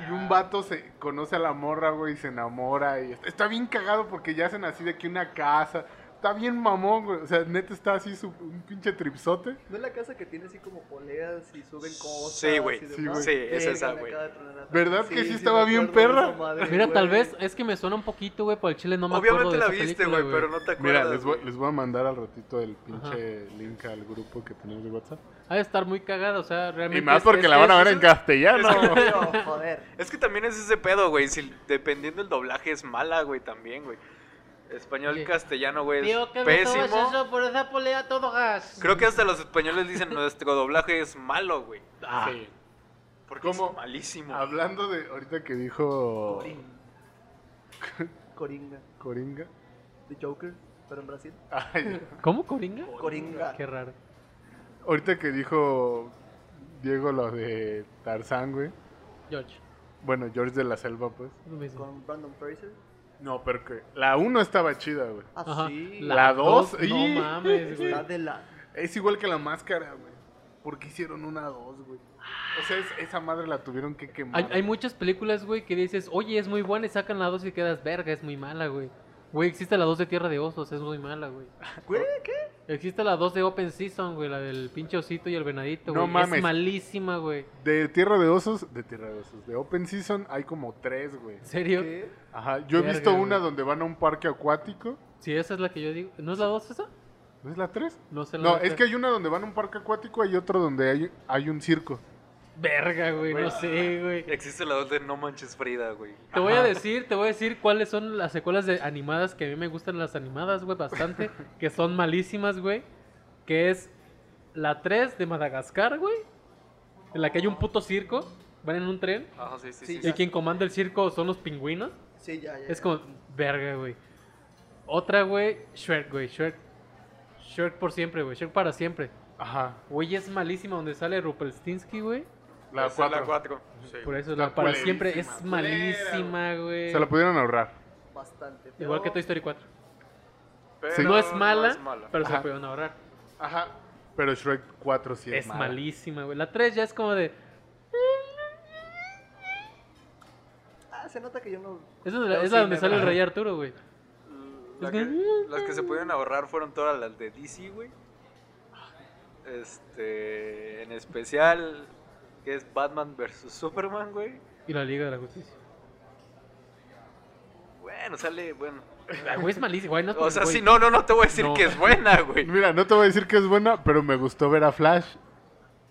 S3: Y un vato se conoce a la morra, güey, y se enamora. Y está, está bien cagado porque ya hacen así de aquí una casa. Está bien mamón, güey. O sea, neta está así su- un pinche tripsote.
S2: ¿No es la casa que tiene así como poleas y suben cosas?
S4: Sí, güey.
S2: y
S3: Sí,
S2: demás?
S3: güey.
S4: Sí, es
S2: Verga,
S4: esa,
S2: me
S4: güey.
S2: acaba de tronar la-
S3: ¿Verdad que sí
S2: me
S3: estaba bien
S2: acuerdo de
S3: perra?
S2: esa madre,
S5: Eh, Mira, tal
S2: güey.
S5: vez es que me suena un poquito, güey, por el chile no me acuerdo
S4: Obviamente
S5: de
S4: la
S5: esa
S4: viste,
S5: película,
S4: güey, pero no te acuerdas.
S3: Mira, les voy,
S4: güey.
S3: les voy a mandar al ratito el pinche link al grupo que tenemos de WhatsApp.
S5: Ha de estar muy cagada, o sea, realmente...
S3: Y más
S5: es-
S3: porque
S5: es-
S3: la van a
S5: es-
S3: ver en castellano. (laughs)
S2: Pero, joder.
S4: (laughs) Es que también es ese pedo, güey. Si dependiendo del doblaje es mala, güey, también, güey. Español
S5: Sí.
S4: castellano, güey, es
S5: Tío, ¿qué me tomas
S4: pésimo.
S5: eso por esa polea todo gas?
S4: Creo que hasta los españoles dicen nuestro doblaje es malo, güey.
S5: Ah,
S3: Sí.
S4: Porque
S3: ¿Cómo?
S4: es malísimo.
S3: Hablando de ahorita que dijo
S2: Coringa. Coringa.
S3: Coringa.
S2: The Joker, pero en Brasil.
S3: Ay,
S5: ¿Cómo, Coringa?
S2: Coringa.
S5: Qué raro.
S3: (laughs) ahorita que dijo Diego lo de Tarzán, güey.
S5: George,
S3: Bueno, George de la Selva, pues.
S5: es lo mismo.
S2: Con Brandon Fraser.
S3: No, pero que la 1 estaba chida, güey.
S5: Ajá.
S2: Así.
S5: La
S3: dos,
S5: 2,
S3: y-
S5: no mames, güey.
S2: Está de la.
S3: Es igual que la máscara, güey. Porque hicieron una dos, güey. O sea, es- esa madre la tuvieron que quemar.
S5: Hay, hay
S3: güey.
S5: muchas películas, güey, que dices, oye, es muy buena y sacan la 2 y quedas, verga, es muy mala, güey. Güey, existe la 2 de Tierra de Osos, es muy mala, güey.
S2: ¿Qué? ¿Qué?
S5: Existe la 2 de Open Season, güey, la del pinche osito y el venadito,
S3: No
S5: güey.
S3: mames.
S5: Es malísima, güey.
S3: De Tierra de Osos, de Tierra de Osos, de Open Season hay como tres, güey.
S5: ¿En serio?
S2: ¿Qué?
S3: Ajá, yo he
S5: Verga,
S3: visto una
S5: güey.
S3: donde van a un parque acuático.
S5: Sí, esa es la que yo digo. ¿No es la 2 esa?
S3: ¿No es la tres?
S5: No sé la
S3: No,
S5: neta.
S3: es que hay una donde van a un parque acuático y otro donde hay, hay un circo.
S5: Verga, güey, no sé, güey.
S4: Existe la voz de No Manches Frida, güey.
S5: Te voy a decir, te voy a decir cuáles son las secuelas de animadas que a mí me gustan las animadas,
S3: (laughs)
S5: güey, bastante, que son malísimas, güey, que es la 3 de Madagascar, güey, en la que hay un puto circo, van en un tren
S4: Ajá, sí,
S2: Sí,
S4: sí, sí.
S5: y
S2: ya.
S4: sí.
S5: quien comanda el circo son los pingüinos.
S2: Sí, ya, ya.
S5: Es
S2: ya.
S5: como verga, güey. Otra, güey, Shrek, güey, Shrek. Shrek por siempre, güey, Shrek para siempre.
S3: Ajá,
S5: Güey, es malísima donde sale Rupelstinsky, güey.
S3: la
S4: Esa es La
S3: cuatro.
S4: 4. Sí.
S5: Por eso
S3: Está
S5: la para siempre
S3: culerísima,
S5: es malísima, güey.
S3: Se la pudieron ahorrar.
S2: Bastante. pero-
S5: Igual que Toy Story 4.
S4: Pero
S5: no es mala,
S4: es mala.
S5: pero se
S3: Ajá.
S5: la pueden ahorrar.
S3: Ajá, pero Shrek 4 sí es,
S5: es
S3: mala.
S5: malísima, güey. La 3 ya es como de.
S2: Ah, se nota que yo no.
S5: Es, donde-
S2: Pero
S5: es la
S2: sí
S5: donde
S2: me
S5: sale el
S2: va.
S5: Rey Arturo, güey.
S4: Mm, La
S5: Es
S4: que-
S5: que-
S4: las que se pudieron ahorrar fueron todas las de DC, güey. Este, en especial, que es Batman vs. Superman, güey.
S5: Y la Liga de la Justicia.
S4: Bueno, sale, bueno.
S5: La Ah, güey es malísima, güey. No es
S4: O sea,
S5: güey.
S4: sí, no, no, no te voy a decir
S5: No.
S4: que es buena, güey.
S3: Mira, no te voy a decir que es buena, pero me gustó ver a Flash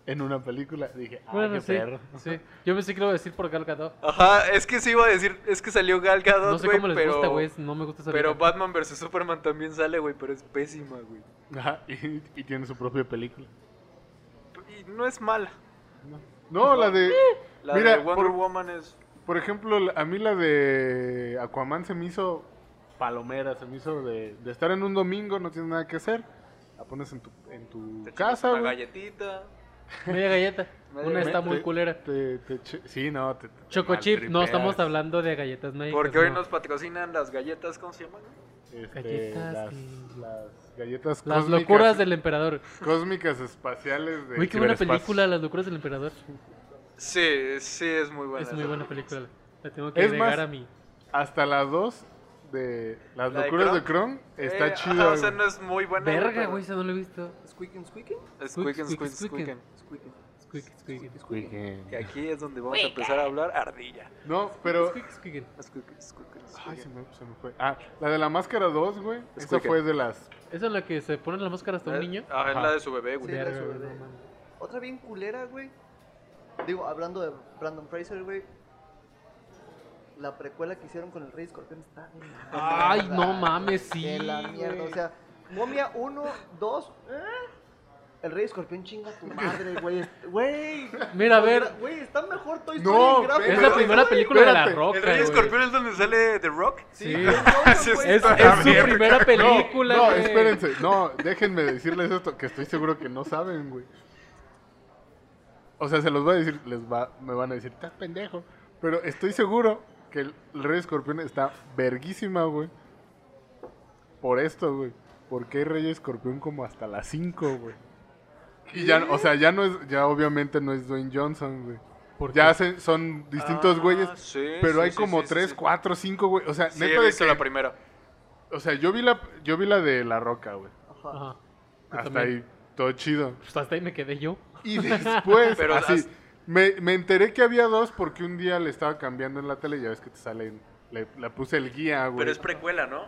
S3: en una película. Dije, ah,
S5: Bueno,
S3: qué
S5: sí,
S3: perro.
S5: sí. Yo pensé que lo iba a decir por Gal Gadot.
S4: Ajá, es que sí iba a decir, es que salió Gal Gadot,
S5: No sé
S4: güey,
S5: cómo les
S4: pero,
S5: gusta, güey. es- No me gusta esa
S4: pero
S5: vieja.
S4: Batman vs. Superman también sale, güey, pero es pésima, güey.
S3: Ajá,
S5: (laughs)
S3: y, y tiene su propia película.
S4: Y no es mala.
S3: No, la de.
S4: La
S3: Mira,
S4: de Wonder
S3: por-
S4: Woman es...
S3: Por ejemplo, la- a mí la de Aquaman se me hizo palomera, se me hizo de, de estar en un domingo, no tienes nada que hacer. La pones en tu, en tu
S4: te chingas
S3: casa,
S4: Una
S3: güey.
S4: galletita.
S5: Media galleta.
S4: Media
S5: Una está
S4: galleta.
S5: muy culera.
S3: Te- te che- sí, no. Te, te
S5: Choco Chip, no
S3: maltripeas.
S5: estamos hablando de galletas médicas.
S4: Porque hoy
S5: no.
S4: nos patrocinan las galletas, ¿cómo se llaman?
S3: Este,
S5: Galletas
S3: las,
S5: que-
S3: las galletas
S5: Las
S3: cósmicas-
S5: locuras del emperador.
S3: cósmicas espaciales de
S5: Güey, qué buena
S3: ciberespacio.
S5: película, Las locuras del emperador.
S4: Sí, sí, es muy buena.
S5: es muy
S4: esa
S5: buena
S4: película.
S5: película. La tengo que
S3: Es
S5: agregar
S3: más,
S5: a mi.
S3: Hasta las dos de las
S4: La de
S3: locuras de
S4: Kron.
S3: Kron está
S4: Eh, ajá,
S3: chido.
S4: o sea, no es muy buena.
S5: Verga,
S4: pero-
S5: güey, esa no la he visto.
S2: Squeaking, squeaking,
S4: Squeaken,
S5: Squeak,
S4: squeak,
S5: squeak,
S4: squeaken.
S2: squeaking.
S5: Squeak, squeak,
S4: Que aquí es donde vamos a empezar a hablar ardilla.
S3: No, pero
S5: squeak, squeak.
S4: Squeak, squeak,
S3: Ay, se
S4: squeak.
S3: me, se me fue. Ah, la de la máscara 2, güey. Esa
S4: Squeaker.
S3: fue de las.
S5: Esa es la que se pone la máscara hasta un niño.
S4: Ah, es
S3: Ajá.
S4: la de su bebé,
S2: Sí,
S4: güey.
S2: la
S5: Verga,
S2: su
S5: güey,
S2: bebé.
S5: no mames.
S2: Otra bien culera, güey. Digo, hablando de Brandon Fraser, güey. La precuela que hicieron con el Rey Escorpión está de la
S5: Ay,
S2: mierda.
S5: no mames, sí,
S2: De la mierda,
S5: güey.
S2: o sea, momia 1, 2. El Rey Escorpión chinga a tu madre, güey. Este- Güey.
S5: Mira, a
S2: o
S5: ver.
S2: sea, Güey, está mejor Toy Story
S3: No,
S2: en gráficos,
S5: Es la
S3: pero-
S5: primera
S2: güey.
S5: película de la
S3: espérate,
S5: roca.
S4: ¿El Rey
S5: güey.
S4: Escorpión es donde sale The Rock?
S5: Sí.
S2: No,
S5: (laughs)
S2: no,
S4: Sí,
S2: güey,
S5: Es,
S4: Está
S5: es su
S4: bien.
S5: primera película.
S3: No, no,
S5: güey.
S3: espérense. No, déjenme decirles esto, que estoy seguro que no saben, güey. O sea, se los voy a decir, les va, me van a decir, estás pendejo. Pero estoy seguro que el el Rey Escorpión está verguísima, güey. Por esto, güey. Porque hay Rey Escorpión como hasta las 5, güey. Y ya, o sea, ya no es, ya obviamente no es Dwayne Johnson, güey.
S5: ¿Por qué?
S3: Ya se- son distintos
S4: Ah,
S3: güeyes.
S4: sí,
S3: Pero
S4: sí,
S3: hay
S4: sí,
S3: como
S4: sí, sí,
S3: 3,
S4: sí.
S3: 4, 5, güey. O sea,
S4: Sí,
S3: neta
S4: he
S3: de
S4: visto
S3: que-
S4: la primera.
S3: o sea, yo vi la, yo vi la de La Roca, güey.
S2: Ajá.
S5: Ajá. Yo
S3: Hasta
S5: también.
S3: ahí, todo chido.
S5: Pues hasta ahí me quedé yo.
S3: Y después,
S4: Pero
S3: así,
S4: las-
S3: me, me enteré que había dos porque un día le estaba cambiando en la tele. Ya ves que te salen, le, le puse el guía, güey.
S4: Pero es precuela, ¿no?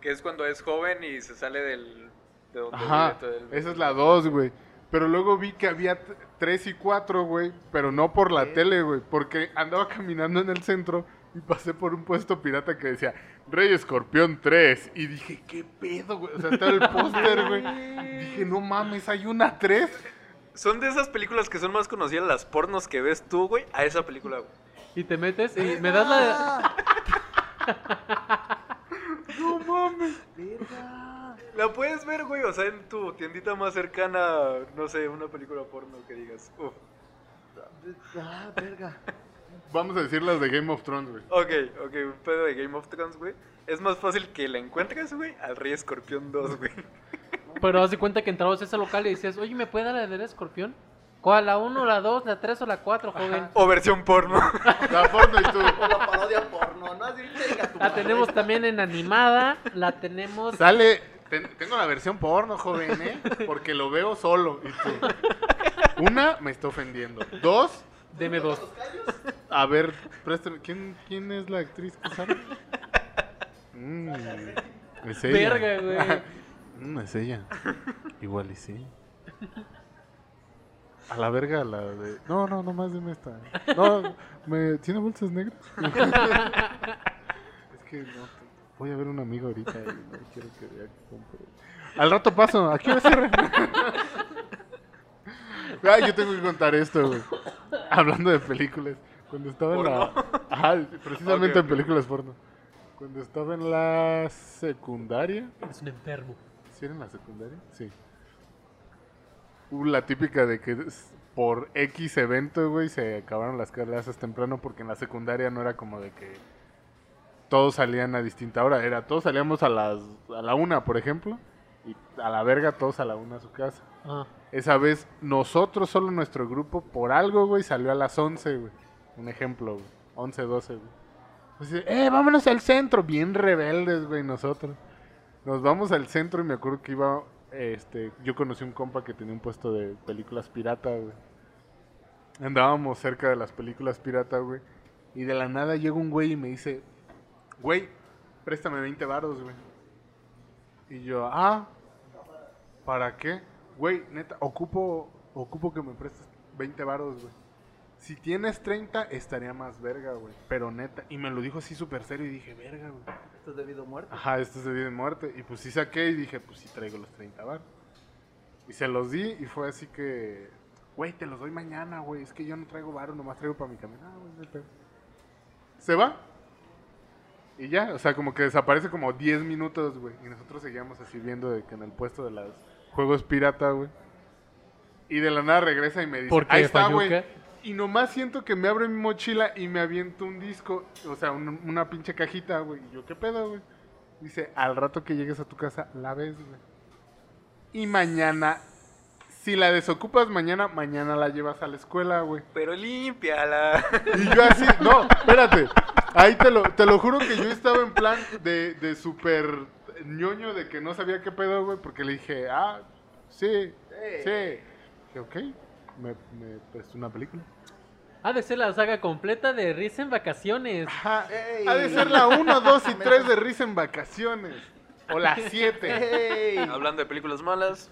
S4: Que es cuando es joven y se sale del... De donde
S3: Ajá,
S4: vive todo el-
S3: esa es la dos, güey. Pero luego vi que había t- tres y cuatro, güey. Pero no por la tele, güey. Porque andaba caminando en el centro y pasé por un puesto pirata que decía Rey Escorpión 3. Y dije, ¿qué pedo, güey? O sea,
S4: (laughs)
S3: estaba el póster, güey. Dije, no mames, hay una 3.
S4: Son de esas películas que son más conocidas las pornos que ves tú, güey, a esa película, güey.
S5: Y te metes y me das
S2: Ah.
S5: la.
S3: No mames.
S2: Verga.
S4: La puedes ver, güey, o sea, en tu tiendita más cercana, no sé, una película porno que digas. Uf.
S2: Ah, verga.
S3: Vamos a decir las de Game of Thrones, güey.
S4: Ok, ok, un pedo de Game of Thrones, güey. Es más fácil que la encuentres, güey, al Rey Escorpión 2, güey.
S5: Pero haz de cuenta que entrabas a ese local y decías, oye, ¿me puede dar la del escorpión? ¿Cuál? ¿La 1, la 2, la 3 o la 4, joven?
S4: O versión porno. (laughs)
S3: La porno y tú.
S2: O la parodia porno, ¿no? Así, chinga tu
S5: La
S2: madre.
S5: tenemos también en animada, la tenemos...
S3: Sale. ten- tengo la versión porno, joven, ¿eh? Porque lo veo solo. Y tú. Una, me está ofendiendo. Dos,
S5: Deme dos.
S3: A ver, préstame. ¿Quién, quién es la actriz que sale? Mm, es ella.
S5: Verga, güey.
S3: Mm, es ella. Igual y sí. A la verga, la de. No, no, nomás dime esta. No, ¿me... ¿tiene bolsas negras? es que no. te- Voy a ver un amigo ahorita y no quiero que vea que compre. Al rato paso, aquí va a ser. (laughs) Ay, yo tengo que contar esto, güey. Hablando de películas. Cuando estaba en la. Ajá, precisamente
S4: Ok, ok.
S3: en películas porno. Cuando estaba en la secundaria.
S5: Eres un enfermo.
S3: ¿Sí era en la secundaria? Sí. Hubo la típica de que es- por X evento, güey, se acabaron las clases temprano porque en la secundaria no era como de que todos salían a distinta hora. Era todos salíamos a las a la una, por ejemplo, y a la verga todos a la una a su casa.
S5: Ah,
S3: Esa vez nosotros, solo nuestro grupo, por algo, güey, salió a las 11, güey. Un ejemplo, güey. 11, 12, güey. Así, eh, vámonos al centro. Bien rebeldes, güey, nosotros. Nos vamos al centro y me acuerdo que iba, este, yo conocí un compa que tenía un puesto de películas pirata, güey. Andábamos cerca de las películas pirata, güey. Y de la nada llega un güey y me dice, güey, préstame 20 varos, güey. Y yo, ah, ¿para qué? Güey, neta, ocupo, ocupo que me prestes 20 varos, güey. Si tienes 30, estaría más verga, güey. Pero neta, y me lo dijo así súper serio y dije, verga, güey.
S2: Esto es debido a muerte.
S3: Ajá, esto es de vida y muerte. Y pues sí saqué y dije, pues sí traigo los 30 bar. Y se los di y fue así que, güey, te los doy mañana, güey. Es que yo no traigo varo, nomás traigo para mi caminada, güey. no hay pedo". Se va. Y ya, o sea, como que desaparece como 10 minutos, güey. Y nosotros seguíamos así viendo de que en el puesto de los juegos pirata, güey. Y de la nada regresa y me dice,
S5: ¿Por qué,
S3: ahí está, güey.
S5: Fayuca?
S3: Y nomás siento que me abre mi mochila y me aviento un disco, o sea, un- una pinche cajita, güey. Y yo, ¿qué pedo, güey? Dice, al rato que llegues a tu casa, la ves, güey. Y mañana, si la desocupas mañana, mañana la llevas a la escuela, güey.
S4: Pero límpiala.
S3: Y yo así, no, espérate. Ahí te lo, te lo juro que yo estaba en plan de, de súper ñoño de que no sabía qué pedo, güey, porque le dije, ah, sí, sí. Dije, ok, me, me prestó una película.
S5: Ha de ser la saga completa de Riz en vacaciones.
S3: Ajá.
S2: Ey.
S3: Ha de ser la 1, 2 y 3 de risa en vacaciones. O la 7.
S2: ¡Ey!
S3: (laughs)
S4: Hablando de películas malas,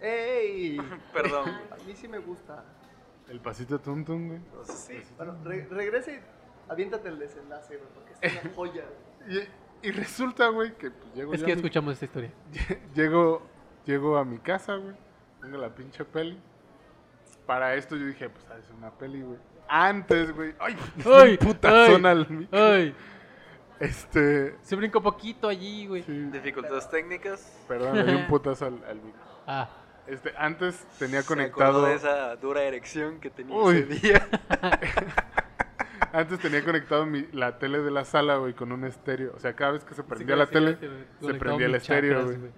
S2: ¡Ey!
S4: perdón.
S2: A mí sí me gusta.
S3: El pasito tuntun, güey.
S4: Pues sí.
S2: Bueno, re- regresa y aviéntate el desenlace, güey, porque es una joya.
S3: (laughs)
S2: güey.
S3: Y, y resulta, güey, que pues, llego
S5: Es
S3: yo
S5: que
S3: a mi-
S5: escuchamos esta historia.
S3: Llego, llego a mi casa, güey. Pongo la pinche peli. Para esto yo dije, pues, es una peli, güey. Antes, güey. ¡Ay! (laughs)
S5: ¡Ay!
S3: puta zona
S5: ¡Ay!
S3: al micro.
S5: Ay,
S3: Este.
S5: se brincó poquito allí, güey.
S3: Sí.
S4: Dificultades técnicas.
S3: Perdón, le di
S5: (laughs)
S3: un putazo al, al micro.
S5: Ah,
S3: Este, antes tenía
S4: Se acordó
S3: conectado.
S4: de esa dura erección que tenía
S3: Uy.
S4: ese día.
S3: (laughs) Antes tenía conectado mi- la tele de la sala, güey, con un estéreo. O sea, cada vez que se prendía
S5: Sí,
S3: la
S5: sí,
S3: tele,
S5: sí, sí,
S3: se
S5: conectado
S3: prendía el
S5: mis
S3: estéreo,
S5: chakras,
S3: güey.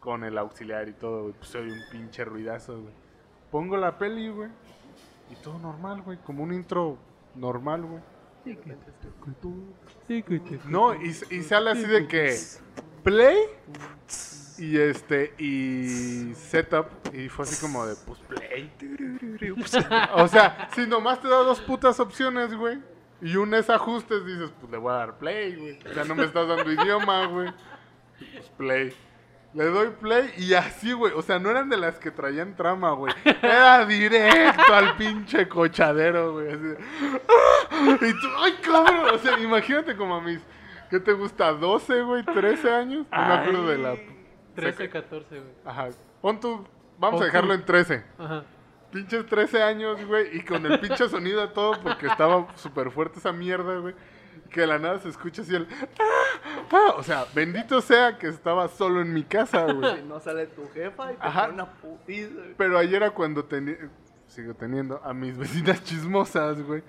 S3: con el auxiliar y todo, güey. Pues soy un pinche ruidazo, güey. Pongo la peli, güey. Y todo normal, güey. Como un intro normal, güey.
S5: Sí, escuché.
S3: No, y, y sale así de que play y este y setup y fue así como de pues play. O sea, si nomás te da dos putas opciones, güey, y un es ajustes dices, pues le voy a dar play, güey. Ya no me estás dando idioma, güey. Y, Pues play. Le doy play y así, güey. O sea, no eran de las que traían trama, güey. Era directo al pinche cochadero, güey. Así de, y tú, ay, cabrón. O sea, imagínate como a mis. ¿Qué te gusta? ¿12, güey? ¿13 años? No me acuerdo de la.
S5: 13, 14, güey.
S3: Ajá. Pon tu. Vamos
S5: Pon
S3: a dejarlo
S5: tu-
S3: en 13.
S5: Ajá.
S3: Pinches 13 años, güey. Y con el pinche sonido a todo, porque estaba súper fuerte esa mierda, güey. Que de la nada se escucha así el. "Ah, ah". O sea, bendito sea que estaba solo en mi casa,
S2: Si
S3: güey.
S2: no sale tu jefa y te
S3: Ajá.
S2: pone una putiza. güey.
S3: Pero ayer era cuando tenía. Sigo teniendo a mis (laughs) vecinas chismosas, güey.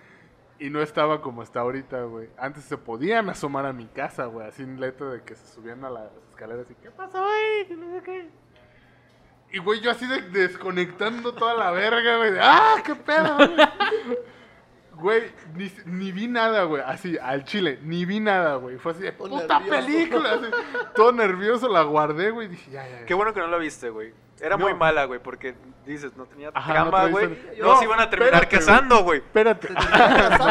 S3: Y no estaba como está ahorita, güey. Antes se podían asomar a mi casa, güey. Así en letra de que se subían a las escaleras y ¿qué pasó, güey? Que no sé qué. Y, güey, yo así de- desconectando toda la verga, güey. de, ¡Ah, qué pedo, güey! (laughs) Güey, ni, ni vi nada, güey. Así, al chile, ni vi nada, güey. Fue así de
S2: Todo
S3: puta
S2: nervioso.
S3: película. así. todo nervioso, la guardé, güey. y Dije, ya, ya, ya.
S4: Qué bueno que no la viste, güey. Era
S3: No.
S4: muy mala, güey, porque dices, no tenía
S3: Ajá, no
S4: trama,
S3: traes
S4: güey.
S3: el-
S4: No,
S3: No,
S4: se iban a terminar
S3: espérate, güey.
S4: casando, güey.
S3: Espérate. (laughs)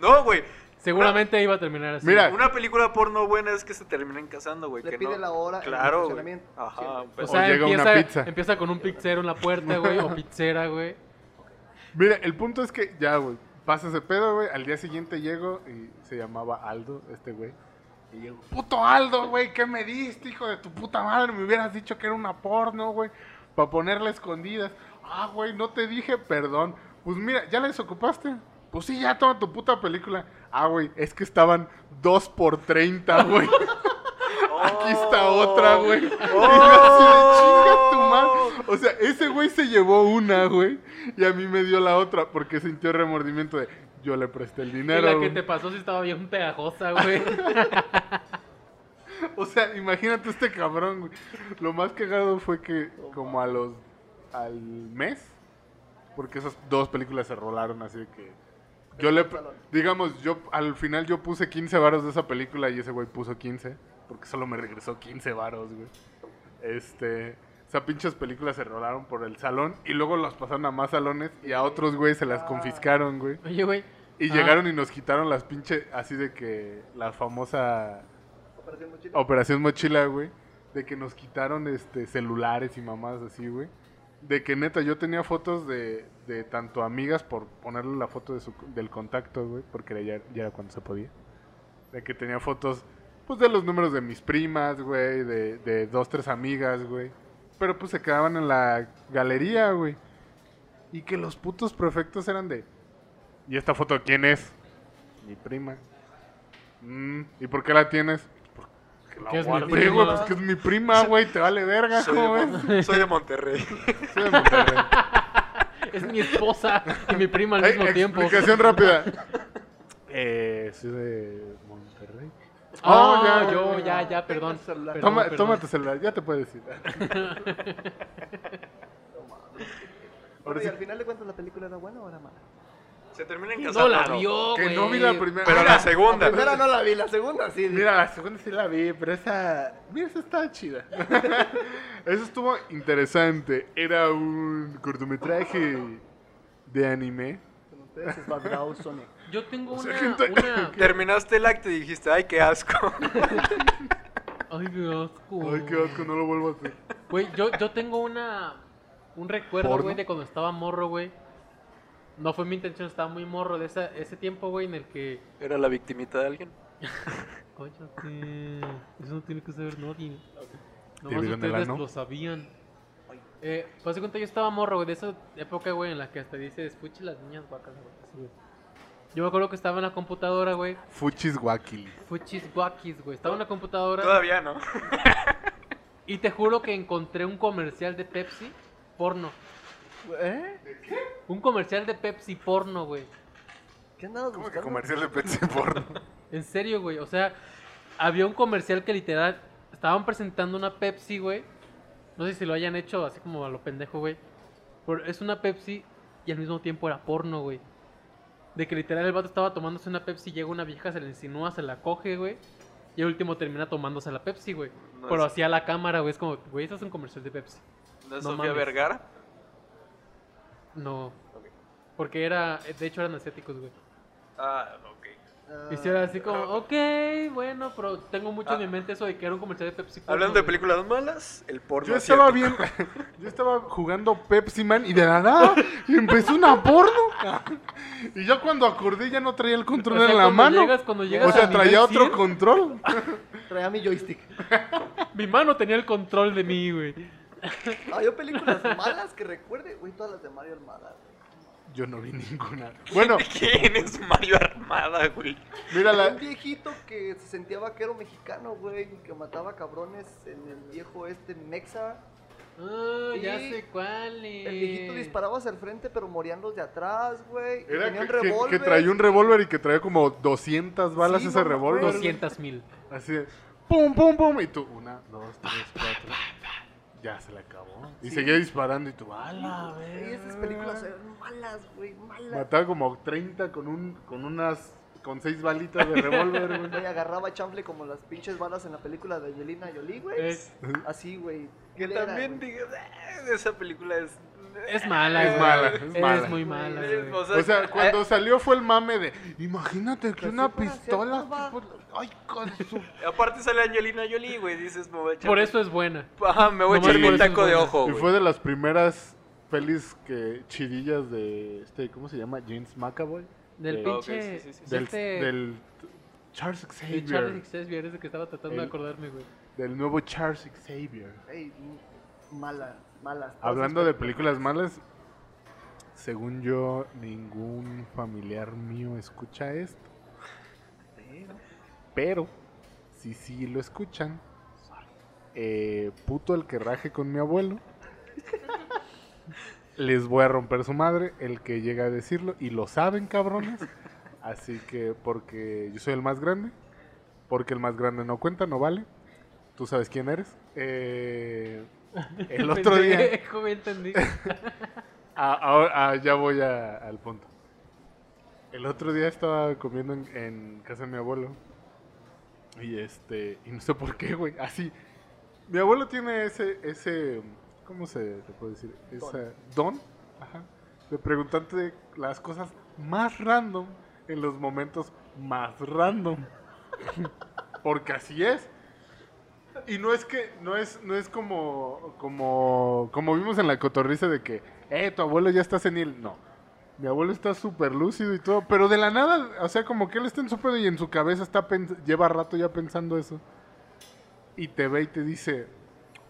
S4: No, güey.
S5: Seguramente iba a terminar así.
S3: Mira,
S4: (laughs) Una película porno buena es que se terminen casando, güey.
S2: Le
S4: que
S2: pide
S4: no-
S2: la hora en el
S4: Claro, güey.
S2: estacionamiento.
S4: Ajá.
S2: Siempre.
S5: o
S4: pues,
S3: o
S5: sea,
S3: llega una
S5: empieza,
S3: pizza.
S5: empieza con un pizzero en la puerta,
S3: (laughs)
S5: güey, o pizzera, güey.
S3: Mira, el punto es que ya, güey, pasa ese pedo, güey. Al día siguiente llego y se llamaba Aldo, este güey. Y llego, puto Aldo, güey, ¿qué me diste, hijo de tu puta madre? Me hubieras dicho que era una porno, güey, para ponerla a escondidas. Ah, güey, no te dije, perdón. Pues mira, ¿ya la desocupaste? Pues sí, ya toma tu puta película. Ah, güey, es que estaban 2 por 30, güey. (laughs) Aquí está otra, güey. (laughs) Y yo así de, chinga tu madre. O sea, ese güey se llevó una, güey. Y a mí me dio la otra porque sintió remordimiento de yo le presté el
S5: Y la
S3: dinero.
S5: que
S3: güey".
S5: te pasó sí estaba bien
S3: (laughs)
S5: pegajosa, güey.
S3: O sea, imagínate este cabrón, güey. Lo más cagado fue que como a los al mes, porque esas dos películas se rolaron así de que Yo le, digamos, yo al final yo puse 15 varos de esa película y ese güey puso 15, porque solo me regresó 15 varos, güey. Este, esas pinches películas se rolaron por el salón y luego las pasaron a más salones y a otros güey se las confiscaron, güey.
S5: Oye, güey.
S3: Y
S5: Ah.
S3: llegaron y nos quitaron las pinche, así de que la famosa
S2: Operación Mochila.
S3: Operación Mochila, güey, de que nos quitaron este celulares y mamás así, güey. De que neta, yo tenía fotos de, de tanto amigas por ponerle la foto de su, del contacto, güey, porque era ya, ya era cuando se podía. De que tenía fotos, pues, de los números de mis primas, güey, de, de dos, tres amigas, güey. Pero pues se quedaban en la galería, güey. Y que los putos prefectos eran de... ¿Y esta foto de quién es? Mi prima. "Mm, ¿Y por qué la tienes? Porque la
S5: Que es mi (laughs)
S3: guardé,
S5: prima".
S3: güey, pues que es mi prima, güey, te vale verga,
S4: Soy de,
S3: ¿cómo ves?
S4: Mon- soy de Monterrey. (laughs)
S3: Soy de Monterrey.
S5: Es mi esposa y mi prima al
S3: Ey,
S5: mismo tiempo.
S3: Explicación rápida. Eh, soy de Monterrey.
S5: Ah,
S3: Oh, ya,
S5: yo,
S3: ya,
S5: ya, ya, perdón.
S2: Tengo el celular.
S5: perdón,
S3: Toma,
S5: perdón.
S3: toma tu celular, ya te puedes ir.
S2: Bueno,
S3: Ahora
S2: y
S3: sí.
S2: al final de cuentas, ¿la película era buena o era mala?
S4: Se termina en
S5: No
S4: casando.
S5: la vio,
S3: Que
S5: güey.
S3: no vi la primera.
S4: Pero
S3: Mira,
S4: la segunda.
S2: primera no la vi, la segunda sí.
S3: Mira, la segunda sí la vi, pero esa. Mira, esa estaba chida. (laughs) Eso estuvo interesante. Era un cortometraje de anime.
S2: Con ustedes es Bad Girl Sonic.
S5: Yo tengo
S3: O sea,
S5: una,
S3: gente- (laughs)
S5: una...
S4: Terminaste el acto y dijiste, ay, qué asco. (laughs)
S5: Ay, qué asco.
S3: Ay, qué asco, no lo vuelvo a hacer.
S5: Güey, yo, yo tengo una... Un recuerdo,
S3: ¿Porno?
S5: güey, de cuando estaba morro, güey. No fue mi intención, estaba muy morro de esa, ese tiempo, güey, en el que...
S4: ¿Era la victimita de alguien?
S5: Cállate. Eso no tiene que saber nadie.
S3: Te
S5: Nomás
S3: digo en el
S5: ustedes
S3: ano.
S5: lo sabían. Eh, pues de cuenta, yo estaba morro, güey, de esa época, güey, en la que hasta dice, escuche las niñas vacas, güey. así, güey. Yo me acuerdo que estaba en la computadora, güey.
S3: Fuchis Wakili.
S5: Fue guakis, güey. Estaba en la computadora.
S4: Todavía no.
S5: Y te juro que encontré un comercial de Pepsi porno.
S2: ¿Eh?
S5: Un comercial de Pepsi porno, güey.
S2: ¿Qué andabas
S3: ¿Cómo que
S2: buscando?
S3: comercial de Pepsi porno?
S5: En serio, güey. O sea, había un comercial que literal estaban presentando una Pepsi, güey. No sé si lo hayan hecho así como a lo pendejo, güey. Pero es una Pepsi y al mismo tiempo era porno, güey. De que literal el vato estaba tomándose una Pepsi, llega una vieja, se le insinúa, se la coge, güey. Y el último termina tomándose la Pepsi, güey.
S4: (laughs) No
S5: Pero
S4: es-
S5: hacía la cámara, güey. Es como, güey, eso es un comercial de Pepsi.
S4: ¿No es
S5: No
S4: Sofía
S5: mames.
S4: Vergara?
S5: No. Porque era, de hecho eran asiáticos, güey.
S4: Ah, ok.
S2: Ah,
S5: Y si era así como, ok, bueno, pero tengo mucho en
S4: Ah.
S5: mi mente eso de que era un comercial de Pepsi. porno,
S4: Hablando de
S5: güey.
S4: películas malas, el porno.
S3: Yo estaba
S4: asiático.
S3: bien. (laughs) Yo estaba jugando Pepsi Man y de la nada (laughs) empezó una porno. (laughs) Y yo cuando acordé ya no traía el control
S5: O sea,
S3: en la
S5: cuando
S3: mano.
S5: llegas- cuando llegas
S3: o sea,
S5: al nivel
S3: traía otro
S5: 100.
S3: control. (laughs)
S2: Traía mi joystick.
S5: Mi mano tenía el control de mí, güey.
S2: Ah, yo películas malas que recuerde, güey, todas las de Mario Armada. güey.
S3: Yo no vi ninguna. Bueno,
S4: ¿Quién es Mario Armada, güey?
S3: mira
S2: Un
S3: la.
S2: viejito que se sentía vaquero mexicano, güey, y que mataba cabrones en el viejo este Mexa.
S5: Ah, ya
S2: Y
S5: sé cuál es.
S2: El viejito disparaba hacia el frente, pero morían los de atrás, güey. y
S3: Era
S2: tenía un
S3: que, que- que
S2: revólver.
S3: traía un revólver y que traía como 200 balas
S2: Sí,
S3: ese
S2: no me
S3: revólver.
S2: acuerdo.
S5: 200 mil.
S3: Así de, pum, pum, pum. Y tú, una, dos, tres, cuatro. Ya se le acabó. Y
S2: Sí.
S3: seguía disparando y tú, ala,
S2: Güey, esas películas eran malas, güey, malas.
S3: Mataba como 30 con un con unas con seis balitas de revólver, güey.
S2: Güey, (laughs) agarraba chanfle como las pinches balas en la película de Angelina Jolie, güey.
S5: Es,
S2: Así, güey.
S4: (laughs) Que
S2: culera,
S4: también
S2: güey.
S4: digas, "Ah, esa película es. eh,
S5: es mala,
S3: Es
S5: güey.
S3: mala, es mala.
S5: muy mala,
S4: Es-
S5: güey.
S3: O sea, cuando salió fue el mame de, imagínate que
S2: Que
S3: una
S2: eh, así fuera
S3: pistola,
S2: cierto,
S3: tipo, ay, con
S2: (laughs)
S3: su-".
S4: eh, aparte sale Angelina Jolie, güey. Dices, me voy a echar.
S5: Por eso es buena.
S4: Ajá, me voy a
S5: Nomás
S4: echar
S3: por
S4: mi
S3: eso
S5: es
S4: taco de
S5: buena.
S4: ojo,
S3: Y
S4: Oh, güey.
S3: fue de las primeras pelis que chidillas de este, ¿cómo se llama? James McAvoy.
S5: Del
S3: Eh,
S5: pinche.
S4: ok, sí, sí, sí, sí.
S5: de
S3: Del,
S5: este,
S3: del Charles
S5: de
S3: Xavier.
S5: Charles Xavier, es el que estaba tratando
S3: El-
S5: de acordarme, güey.
S3: Del nuevo Charles Xavier.
S2: Ey, mala, malas. todas
S3: Hablando
S2: esas
S3: de películas malas, según yo, ningún familiar mío escucha esto. Pero, si sí lo escuchan, eh, puto el que raje con mi abuelo, les voy a romper su madre, el que llega a decirlo, y lo saben, cabrones. Así que, porque yo soy el más grande, porque el más grande no cuenta, no vale. Tú sabes quién eres. Eh, el otro día.
S5: (laughs)
S3: (laughs)
S5: Pendejo, güey, entendí.
S3: Ah, ahora, ah, ya voy a- al punto. El otro día estaba comiendo en, en casa de mi abuelo. Y este, y no sé por qué, güey. Así. Mi abuelo tiene ese, ese, ¿cómo se te puede decir? Ese don, ajá, de preguntarte las cosas más random en los momentos más random. (laughs) Porque así es. Y no es que, no es, no es como, como, como vimos en la cotorriza de que, eh, tu abuelo ya está senil. No. Mi abuelo está súper lúcido y todo, pero de la nada, o sea, como que él está en su pedo y en su cabeza está pens- lleva rato ya pensando eso. Y te ve y te dice,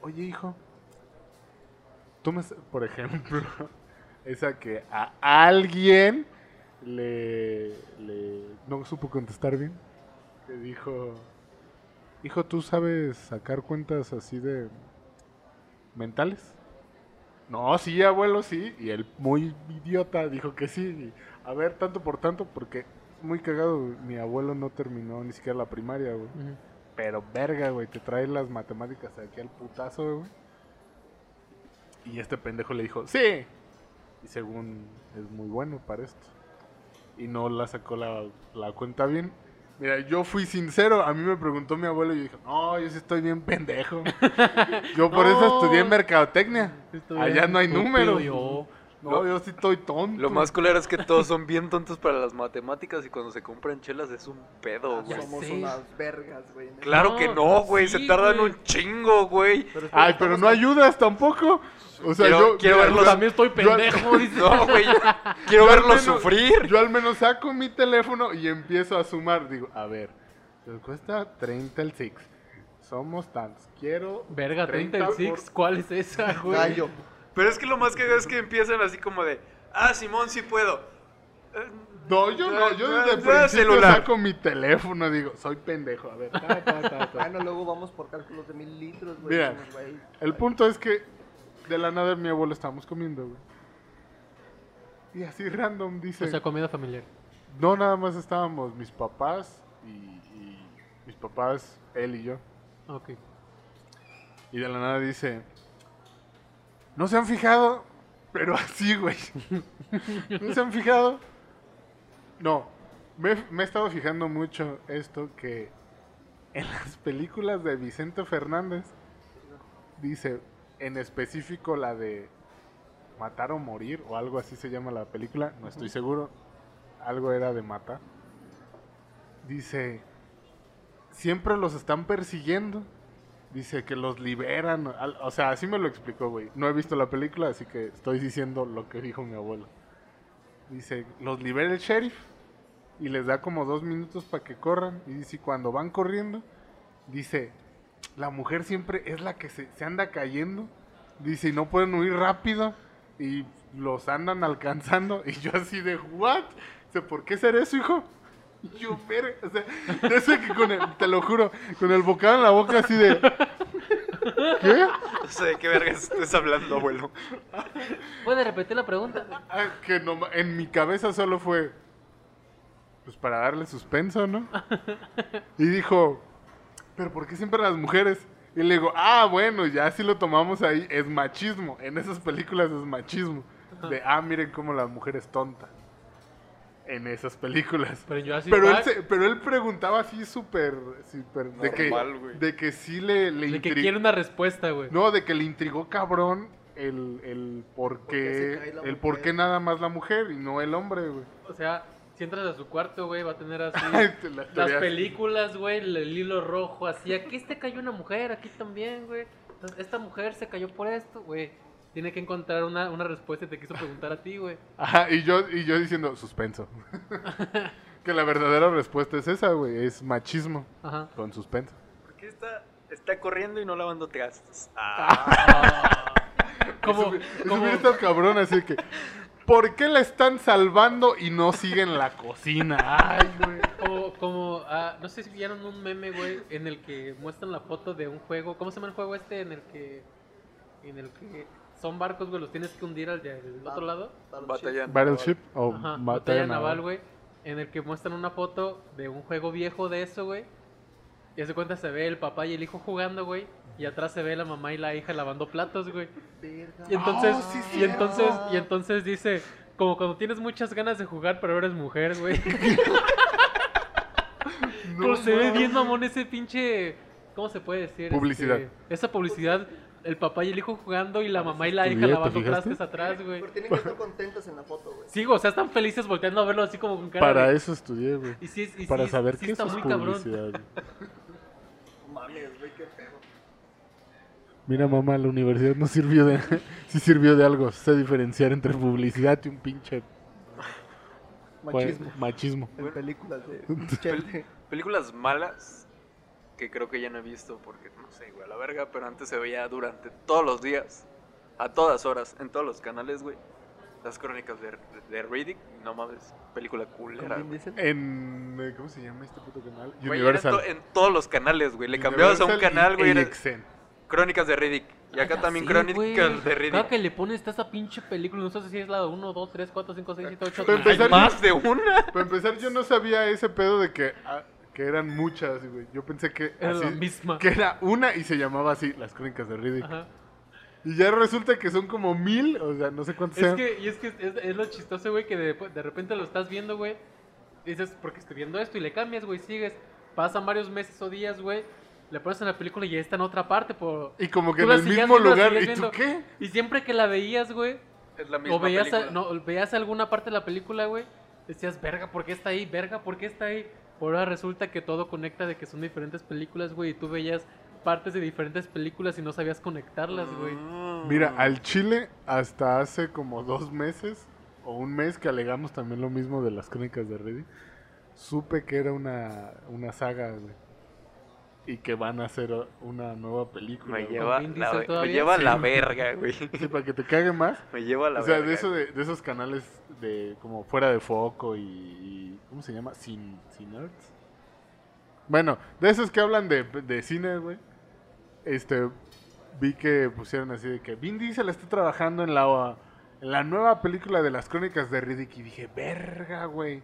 S3: oye hijo, tú me... sa-" Por ejemplo, (laughs) esa que a alguien le, le... no supo contestar bien. Te dijo, hijo, ¿tú sabes sacar cuentas así de mentales? No, sí, abuelo, sí. Y el muy idiota dijo que sí. Y, a ver, tanto por tanto, porque es muy cagado. güey. Mi abuelo no terminó ni siquiera la primaria, güey. Pero verga, güey, te trae las matemáticas aquí al putazo, güey. Y este pendejo le dijo, sí. Y según es muy bueno para esto. Y no la sacó la, la cuenta bien. Mira, yo fui sincero, a mí me preguntó mi abuelo y yo dije, no, yo sí estoy bien
S5: (laughs)
S3: pendejo. yo por eso
S5: No.
S3: estudié mercadotecnia.
S5: Estoy
S3: Allá
S5: bien
S3: no hay
S5: estúpido
S3: números.
S5: yo.
S3: No,
S4: Lo-
S3: yo sí estoy tonto.
S4: Lo más culero es que todos son bien tontos para las matemáticas y cuando se compran chelas es un pedo,
S5: Ya
S4: güey.
S2: Somos
S5: sé.
S2: unas vergas, güey. neta.
S4: Claro
S5: No,
S4: que Ah, no, pues güey.
S5: sí,
S4: se tardan
S5: güey.
S4: un chingo, güey.
S2: Pero espera,
S3: Ay, pero
S4: (laughs)
S3: no ayudas tampoco. O sea,
S4: Quiero-
S3: yo
S4: quiero
S3: mira,
S4: verlos
S3: yo-
S5: También estoy pendejo,
S4: (laughs)
S5: dice.
S4: No, güey.
S3: Yo
S4: Quiero
S3: al
S4: verlos
S3: menos-
S4: sufrir.
S3: Yo al menos saco mi teléfono y empiezo a sumar. Digo, a ver, nos cuesta 30 el six. Somos tantos. Quiero.
S5: Verga, 30 el
S3: por- Ah,
S5: Six, ¿cuál es esa, güey?
S2: Gallo.
S4: Pero es que lo más que es que empiezan así como de, ah, Simón, sí puedo. Eh,
S3: No, yo no. Yo
S4: Ya,
S3: desde el
S4: ya,
S3: principio
S4: celular.
S3: saco mi teléfono. Digo, soy pendejo. A ver, ta, ta, ta, ta.
S4: (laughs)
S2: Ah, no, luego vamos por cálculos de mil litros, güey.
S3: Mira,
S2: decimos, güey.
S3: El punto es que de la nada mi abuelo estábamos comiendo, güey. Y así random dice.
S5: O sea, comida familiar.
S3: No, nada más estábamos mis papás y, y mis papás, él y yo.
S5: Ok.
S3: Y de la nada dice, no se han fijado, pero (laughs) así, güey. no se han fijado. No, me, he- me he estado fijando mucho esto que en las películas de Vicente Fernández dice, en específico la de Matar o Morir o algo así se llama la película, no estoy seguro, algo era de matar. Dice, siempre los están persiguiendo. Dice que los liberan. al- O sea, así me lo explicó, güey. No he visto la película, así que estoy diciendo lo que dijo mi abuelo. Dice, los libera el sheriff y les da como dos minutos para que corran. Y dice, y cuando van corriendo, dice, la mujer siempre es la que se, se anda cayendo. Dice, y no pueden huir rápido y los andan alcanzando. (laughs) Y yo así de, ¿what? Dice, ¿por qué ser eso, hijo? Y yo, verga, o sea, (laughs) yo sé que con el, te lo juro, con el bocado en la boca así de, ¿qué?
S4: No sé de qué verga estás hablando, abuelo.
S5: ¿Puede repetir la pregunta?
S3: Ah, que no ma- en mi cabeza solo fue. Pues para darle suspenso,
S5: (laughs)
S3: ¿no? Y dijo, ¿pero por qué siempre las mujeres? Y le digo, ah, bueno, ya si lo tomamos ahí, es machismo. En esas películas es machismo. De, ah, miren cómo la mujer es tonta. En esas películas.
S5: Pero yo así.
S3: (laughs) Pero él,
S5: fuck,
S3: se- pero él preguntaba así súper, súper, de que,
S4: Normal, güey.
S3: de que sí le, le
S5: De que
S3: intri-
S5: quiere una respuesta, güey.
S3: no, de que le intrigó cabrón el, el por
S2: ¿Por qué se
S3: qué,
S2: cae la
S3: el por
S2: mujer?
S3: qué nada más la mujer y no el hombre, güey.
S5: O sea, si entras a su cuarto, güey, va a tener así.
S3: Te la
S5: (laughs) Las
S3: teoría.
S5: películas, güey, el, el hilo rojo, así. Aquí se cayó una mujer, aquí también, güey. Entonces, Esta mujer se cayó por esto, güey. Tiene que encontrar una, una respuesta y te quiso preguntar a ti, güey.
S3: Ajá, y yo, y yo diciendo, suspenso. (laughs) que la verdadera respuesta es esa, güey, es machismo (laughs)
S5: Ajá.
S3: con suspenso.
S4: ¿Por qué está, está corriendo y no lavando trastes?
S5: Ah, Como,
S3: Es
S5: como,
S3: hubiera estado cabrón, así que, ¿por qué la están salvando y no siguen la cocina? Ay, güey.
S5: como, como, ah, no sé si vieron un meme, güey, en el que muestran la foto de un juego. ¿Cómo se llama el juego este? En el que, en el que son barcos, güey, los tienes que hundir al del otro lado.
S4: Batallando.
S3: Battleship o
S5: Ajá, batalla,
S3: batalla
S5: naval,
S3: naval,
S5: güey. En el que muestran una foto de un juego viejo de eso, güey. Y hace cuenta se ve el papá y el hijo jugando, güey. Y atrás se ve la mamá y la hija lavando platos, güey.
S2: Verga. Ah,
S5: Y entonces,
S3: Ah, sí,
S5: y
S3: cierto.
S5: entonces, y entonces dice, Como cuando tienes muchas ganas de jugar, pero eres mujer,
S3: (laughs)
S5: güey. (laughs)
S3: No
S5: Pero se ve
S3: mames.
S5: bien mamón ese pinche. ¿Cómo se puede decir?
S3: Publicidad.
S5: Este, esa publicidad, el papá y el hijo jugando y la mamá y la hija
S3: estuviera,
S5: lavando
S3: ¿te fijaste?
S5: trastes atrás, güey.
S2: Pero tienen que estar contentas en la foto, güey.
S5: Sí, o sea, están felices volteando a verlo así como con cara.
S3: Para
S5: de-
S3: eso estudié, güey.
S5: Y sí, es- y
S3: Para
S5: sí,
S3: saber
S5: sí
S3: que
S5: está
S3: eso es
S5: muy cabrón.
S3: publicidad. güey.
S2: No mames, güey, qué pedo.
S3: Mira, mamá, la universidad no sirvió de... (laughs) sí sirvió de algo. Sé diferenciar entre publicidad y un pinche...
S2: Machismo.
S3: pues, machismo.
S2: En películas
S3: (laughs)
S2: de Chente.
S4: Películas malas que creo que ya no he visto porque no sé, güey, a la verga, pero antes se veía durante todos los días, a todas horas, en todos los canales, güey. Las crónicas de, de Riddick, no mames, película
S2: con
S4: culera.
S2: Vin
S4: güey.
S2: Diesel.
S3: En... eh, ¿Cómo se llama este puto canal?
S4: Güey, era en to- en, todos los canales, güey. Le cambiabas a un
S3: Universal y-
S4: canal, güey.
S3: e
S4: era
S3: Ixen.
S4: Crónicas de Riddick. Y acá
S5: Ya
S4: también
S5: sé, Ah, güey.
S4: Crónicas de
S5: Cada
S4: Riddick.
S5: que le pones está esa pinche película, no sé si es la 1, 2, 3, 4, 5, 6, 7, 8.
S3: Pero empezar-
S4: Hay más de una.
S3: Para empezar, yo no sabía ese pedo de que, ah, que eran muchas, güey. Yo pensé que,
S5: Era la
S3: así-
S5: misma.
S3: que era una y se llamaba así, Las Crónicas de Riddick.
S5: Ajá.
S3: Y ya resulta que son como mil, o sea, no sé cuántos
S5: Es
S3: sean.
S5: que, y es que es, es lo chistoso, güey, que de, de repente lo estás viendo, güey. y Dices, porque estoy viendo esto y le cambias, güey, sigues. Pasan varios meses o días, güey. Le pones en la película y ya está en otra parte, por...
S3: Y como que
S5: Tú
S3: en
S5: la
S3: el
S5: seguías
S3: mismo
S5: viendo, la
S3: lugar. ¿Y
S5: seguías
S3: tú
S5: viendo.
S3: qué?
S5: Y siempre que la veías, güey,
S4: Es la misma
S5: o veías, a-
S4: película.
S5: no, o veías alguna parte de la película, güey, decías, verga, ¿por qué está ahí? Verga, ¿por qué está ahí? Por ahora resulta que todo conecta de que son diferentes películas, güey, y tú veías partes de diferentes películas y no sabías conectarlas, güey.
S4: Mm.
S3: Mira, al Chile, hasta hace como dos meses o un mes que alegamos también lo mismo de Las Crónicas de Riddick, supe que era una, una saga, güey. Y que van a hacer una nueva película.
S4: Me
S3: güey.
S4: lleva,
S5: Vin
S4: la,
S5: Diesel
S4: ve- me
S5: todavía?
S4: lleva a la
S3: Sí.
S4: verga, güey. (laughs)
S3: Sí, para que te cague más.
S4: Me lleva a la
S3: O sea,
S4: verga.
S3: de, eso de, de esos canales de como fuera de foco y, y- ¿cómo se llama? Sin, sin arts. Bueno, de esos que hablan de, de cine, güey. Este, vi que pusieron así de que Vin Diesel está trabajando en la, en la nueva película de las crónicas de Riddick y dije, verga, güey.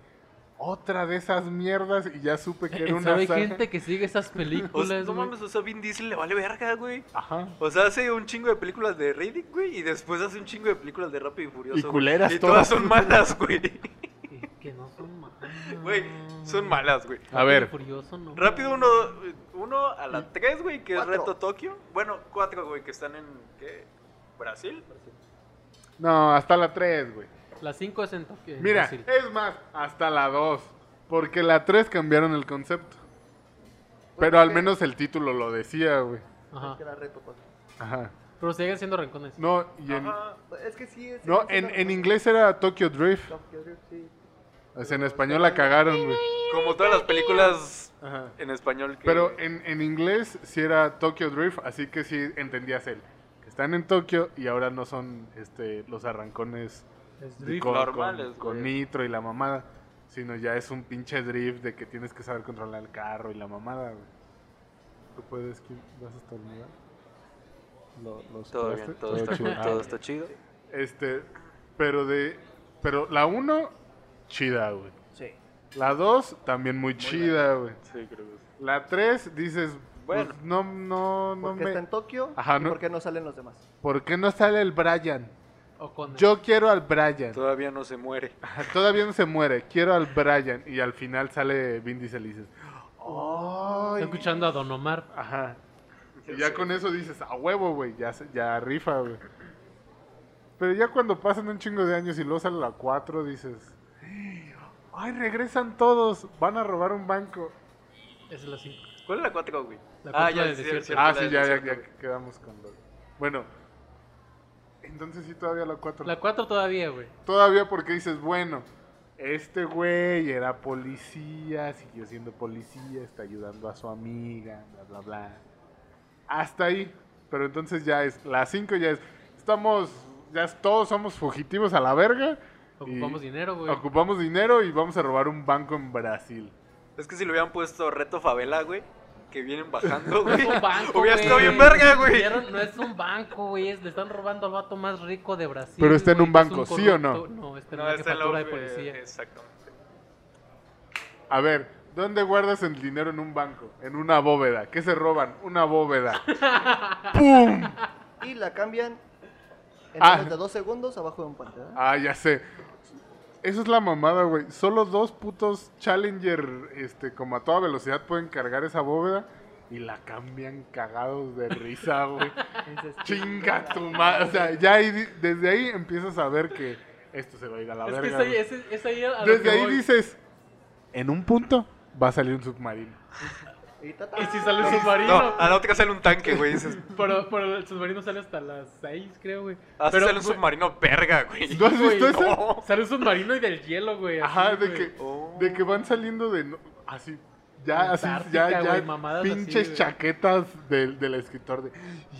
S3: Otra de esas mierdas y ya supe que era
S5: Pero
S3: una
S5: Eh, hay
S3: saga.
S5: gente que sigue
S4: (laughs)
S5: esas
S4: O sea,
S5: películas,
S4: no
S5: güey.
S4: mames, o sea, Vin Diesel le vale verga, güey.
S3: Ajá.
S4: O sea, hace un chingo de películas de Riddick, güey, y después hace un chingo de películas de Rápido y Furioso.
S3: Y
S4: güey.
S3: culeras
S4: Y
S3: todas.
S4: todas son malas,
S5: (laughs)
S4: güey.
S5: Que- Que no son malas.
S4: Güey, son malas, güey.
S3: A ver.
S5: Furioso, no.
S4: Rápido uno, uno a la tres, güey, que
S2: Cuatro.
S4: es Reto Tokio. Bueno, cuatro, güey, que están en, ¿qué? ¿Brasil?
S3: No, hasta la 3, güey.
S5: La 5 es en Tokio. en
S3: Mira,
S5: Brasil.
S3: es más, hasta la 2. Porque la 3 cambiaron el concepto. Pero al menos el título lo decía, güey.
S5: Ajá.
S2: Que era reto, pues.
S3: Ajá.
S5: Pero siguen siendo rincones.
S3: No, y en,
S4: Ajá.
S2: Es que sí. Es,
S3: no,
S2: es
S3: en,
S2: una-
S3: en inglés era Tokyo Drift.
S2: Tokyo Drift, sí.
S3: O sea, en español la cagaron, güey.
S4: Como todas las películas
S3: Ajá.
S4: en español que...
S3: Pero en, en inglés sí era Tokyo Drift, así que sí entendías él. Que están en Tokio y ahora no son este, los arrancones
S5: Es
S3: de
S5: drift.
S3: con,
S4: normales,
S3: con- con
S4: güey.
S3: nitro y la mamada. Sino ya es un pinche drift de que tienes que saber controlar el carro y la mamada, güey. ¿Tú puedes? ¿Quién? ¿Vas a estornudar? ¿Lo, lo
S4: Todo
S3: superaste?
S4: bien, todo, está,
S3: chido. Ah,
S4: (laughs) todo está chido.
S3: Este, pero de... Pero la 1, chida, güey.
S2: Sí.
S3: La 2, también muy, chida, güey.
S4: Sí, creo que sí.
S3: La 3, dices... Bueno.
S4: Bueno.
S3: no, no, no
S2: Porque
S3: me...
S2: está en Tokio.
S3: Ajá,
S2: Ajá,
S3: ¿no?
S2: ¿no? ¿Por qué no salen los demás?
S3: ¿Por qué no sale el Brian?
S5: O con
S3: Yo quiero al Brian.
S4: Todavía no se muere.
S3: Todavía no se muere. Quiero al Brian. Y al final sale Vin Diesel y dices... ¡Ay!
S5: Estoy escuchando a Don Omar.
S3: Ajá. Y
S4: Ya
S3: ya
S4: sé.
S3: con eso dices, a huevo, güey, ya, se- ya rifa, güey. Pero ya cuando pasan un chingo de años y luego sale la 4, dices, ay, regresan todos, van a robar un banco.
S5: Esa es la 5.
S4: ¿Cuál es la cuatro, güey?
S5: La
S4: ah,
S5: cuatro
S4: ya,
S5: del
S4: sí,
S5: desierto.
S4: cierto,
S3: Ah,
S4: la
S3: sí,
S4: del
S3: ya, ya,
S4: desierto,
S3: ya
S4: güey.
S3: quedamos con los... Bueno, entonces sí, todavía la 4.
S5: La 4 todavía, güey.
S3: Todavía porque dices, bueno, este güey era policía, siguió siendo policía, está ayudando a su amiga, bla, bla, bla. Hasta ahí. Pero entonces ya es, las 5 ya es, estamos, ya es- todos somos fugitivos a la verga. y
S5: Ocupamos dinero, güey.
S3: Ocupamos dinero y vamos a robar un banco en Brasil.
S4: Es que si le hubieran puesto Reto Favela, güey, que vienen
S5: (laughs)
S4: bajando, güey.
S5: Es un banco,
S4: Hubiera estado
S5: güey.
S4: bien verga, güey.
S5: Vieron, No es un banco, güey. es- Le están robando al vato más rico de Brasil.
S3: Pero está en
S5: güey,
S3: un
S5: que es
S3: banco, ¿sí o no?
S5: corrupto. No, está en una
S4: está en la eh,
S5: jefatura de
S4: UV,
S5: policía.
S4: Exactamente.
S3: A ver, ¿dónde guardas el dinero en un banco? En una bóveda. ¿Qué se roban? Una bóveda. ¡Pum!
S2: Y la cambian en
S3: Ah.
S2: menos de dos segundos abajo de un puente. ¿verdad?
S3: Ah, ya sé. Esa es la mamada, güey. Solo dos putos Challenger, este, como a toda velocidad, pueden cargar esa bóveda y la cambian cagados de risa,
S5: (laughs)
S3: güey.
S2: Dices,
S3: Chinga tu madre. O sea, ya ahí di- desde ahí empiezas a ver que esto se va a ir a la
S5: Es que
S3: verga.
S5: es ahí,
S3: güey.
S5: es- es ahí a lo que
S3: desde ahí
S5: voy.
S3: dices, en un punto va a salir un submarino.
S2: Y ta, ta.
S5: Y si sale el
S4: No, ah.
S5: submarino.
S4: a la otra sale un tanque, güey. dices,
S5: Pero, pero el submarino sale hasta las 6, creo, güey.
S4: Ah, sí
S5: Pero,
S4: sale un
S5: güey,
S4: submarino verga,
S5: (laughs)
S4: güey.
S3: ¿No has
S5: Güey,
S3: visto eso?
S4: no.
S5: Sale un submarino y del hielo, güey. así,
S3: Ajá, de
S5: güey.
S3: que,
S4: Oh.
S3: de que van saliendo de no- así, ya, así,
S5: Antártica,
S3: ya,
S5: güey,
S3: ya,
S5: mamadas así,
S3: pinches
S5: güey.
S3: chaquetas del, del escritor de,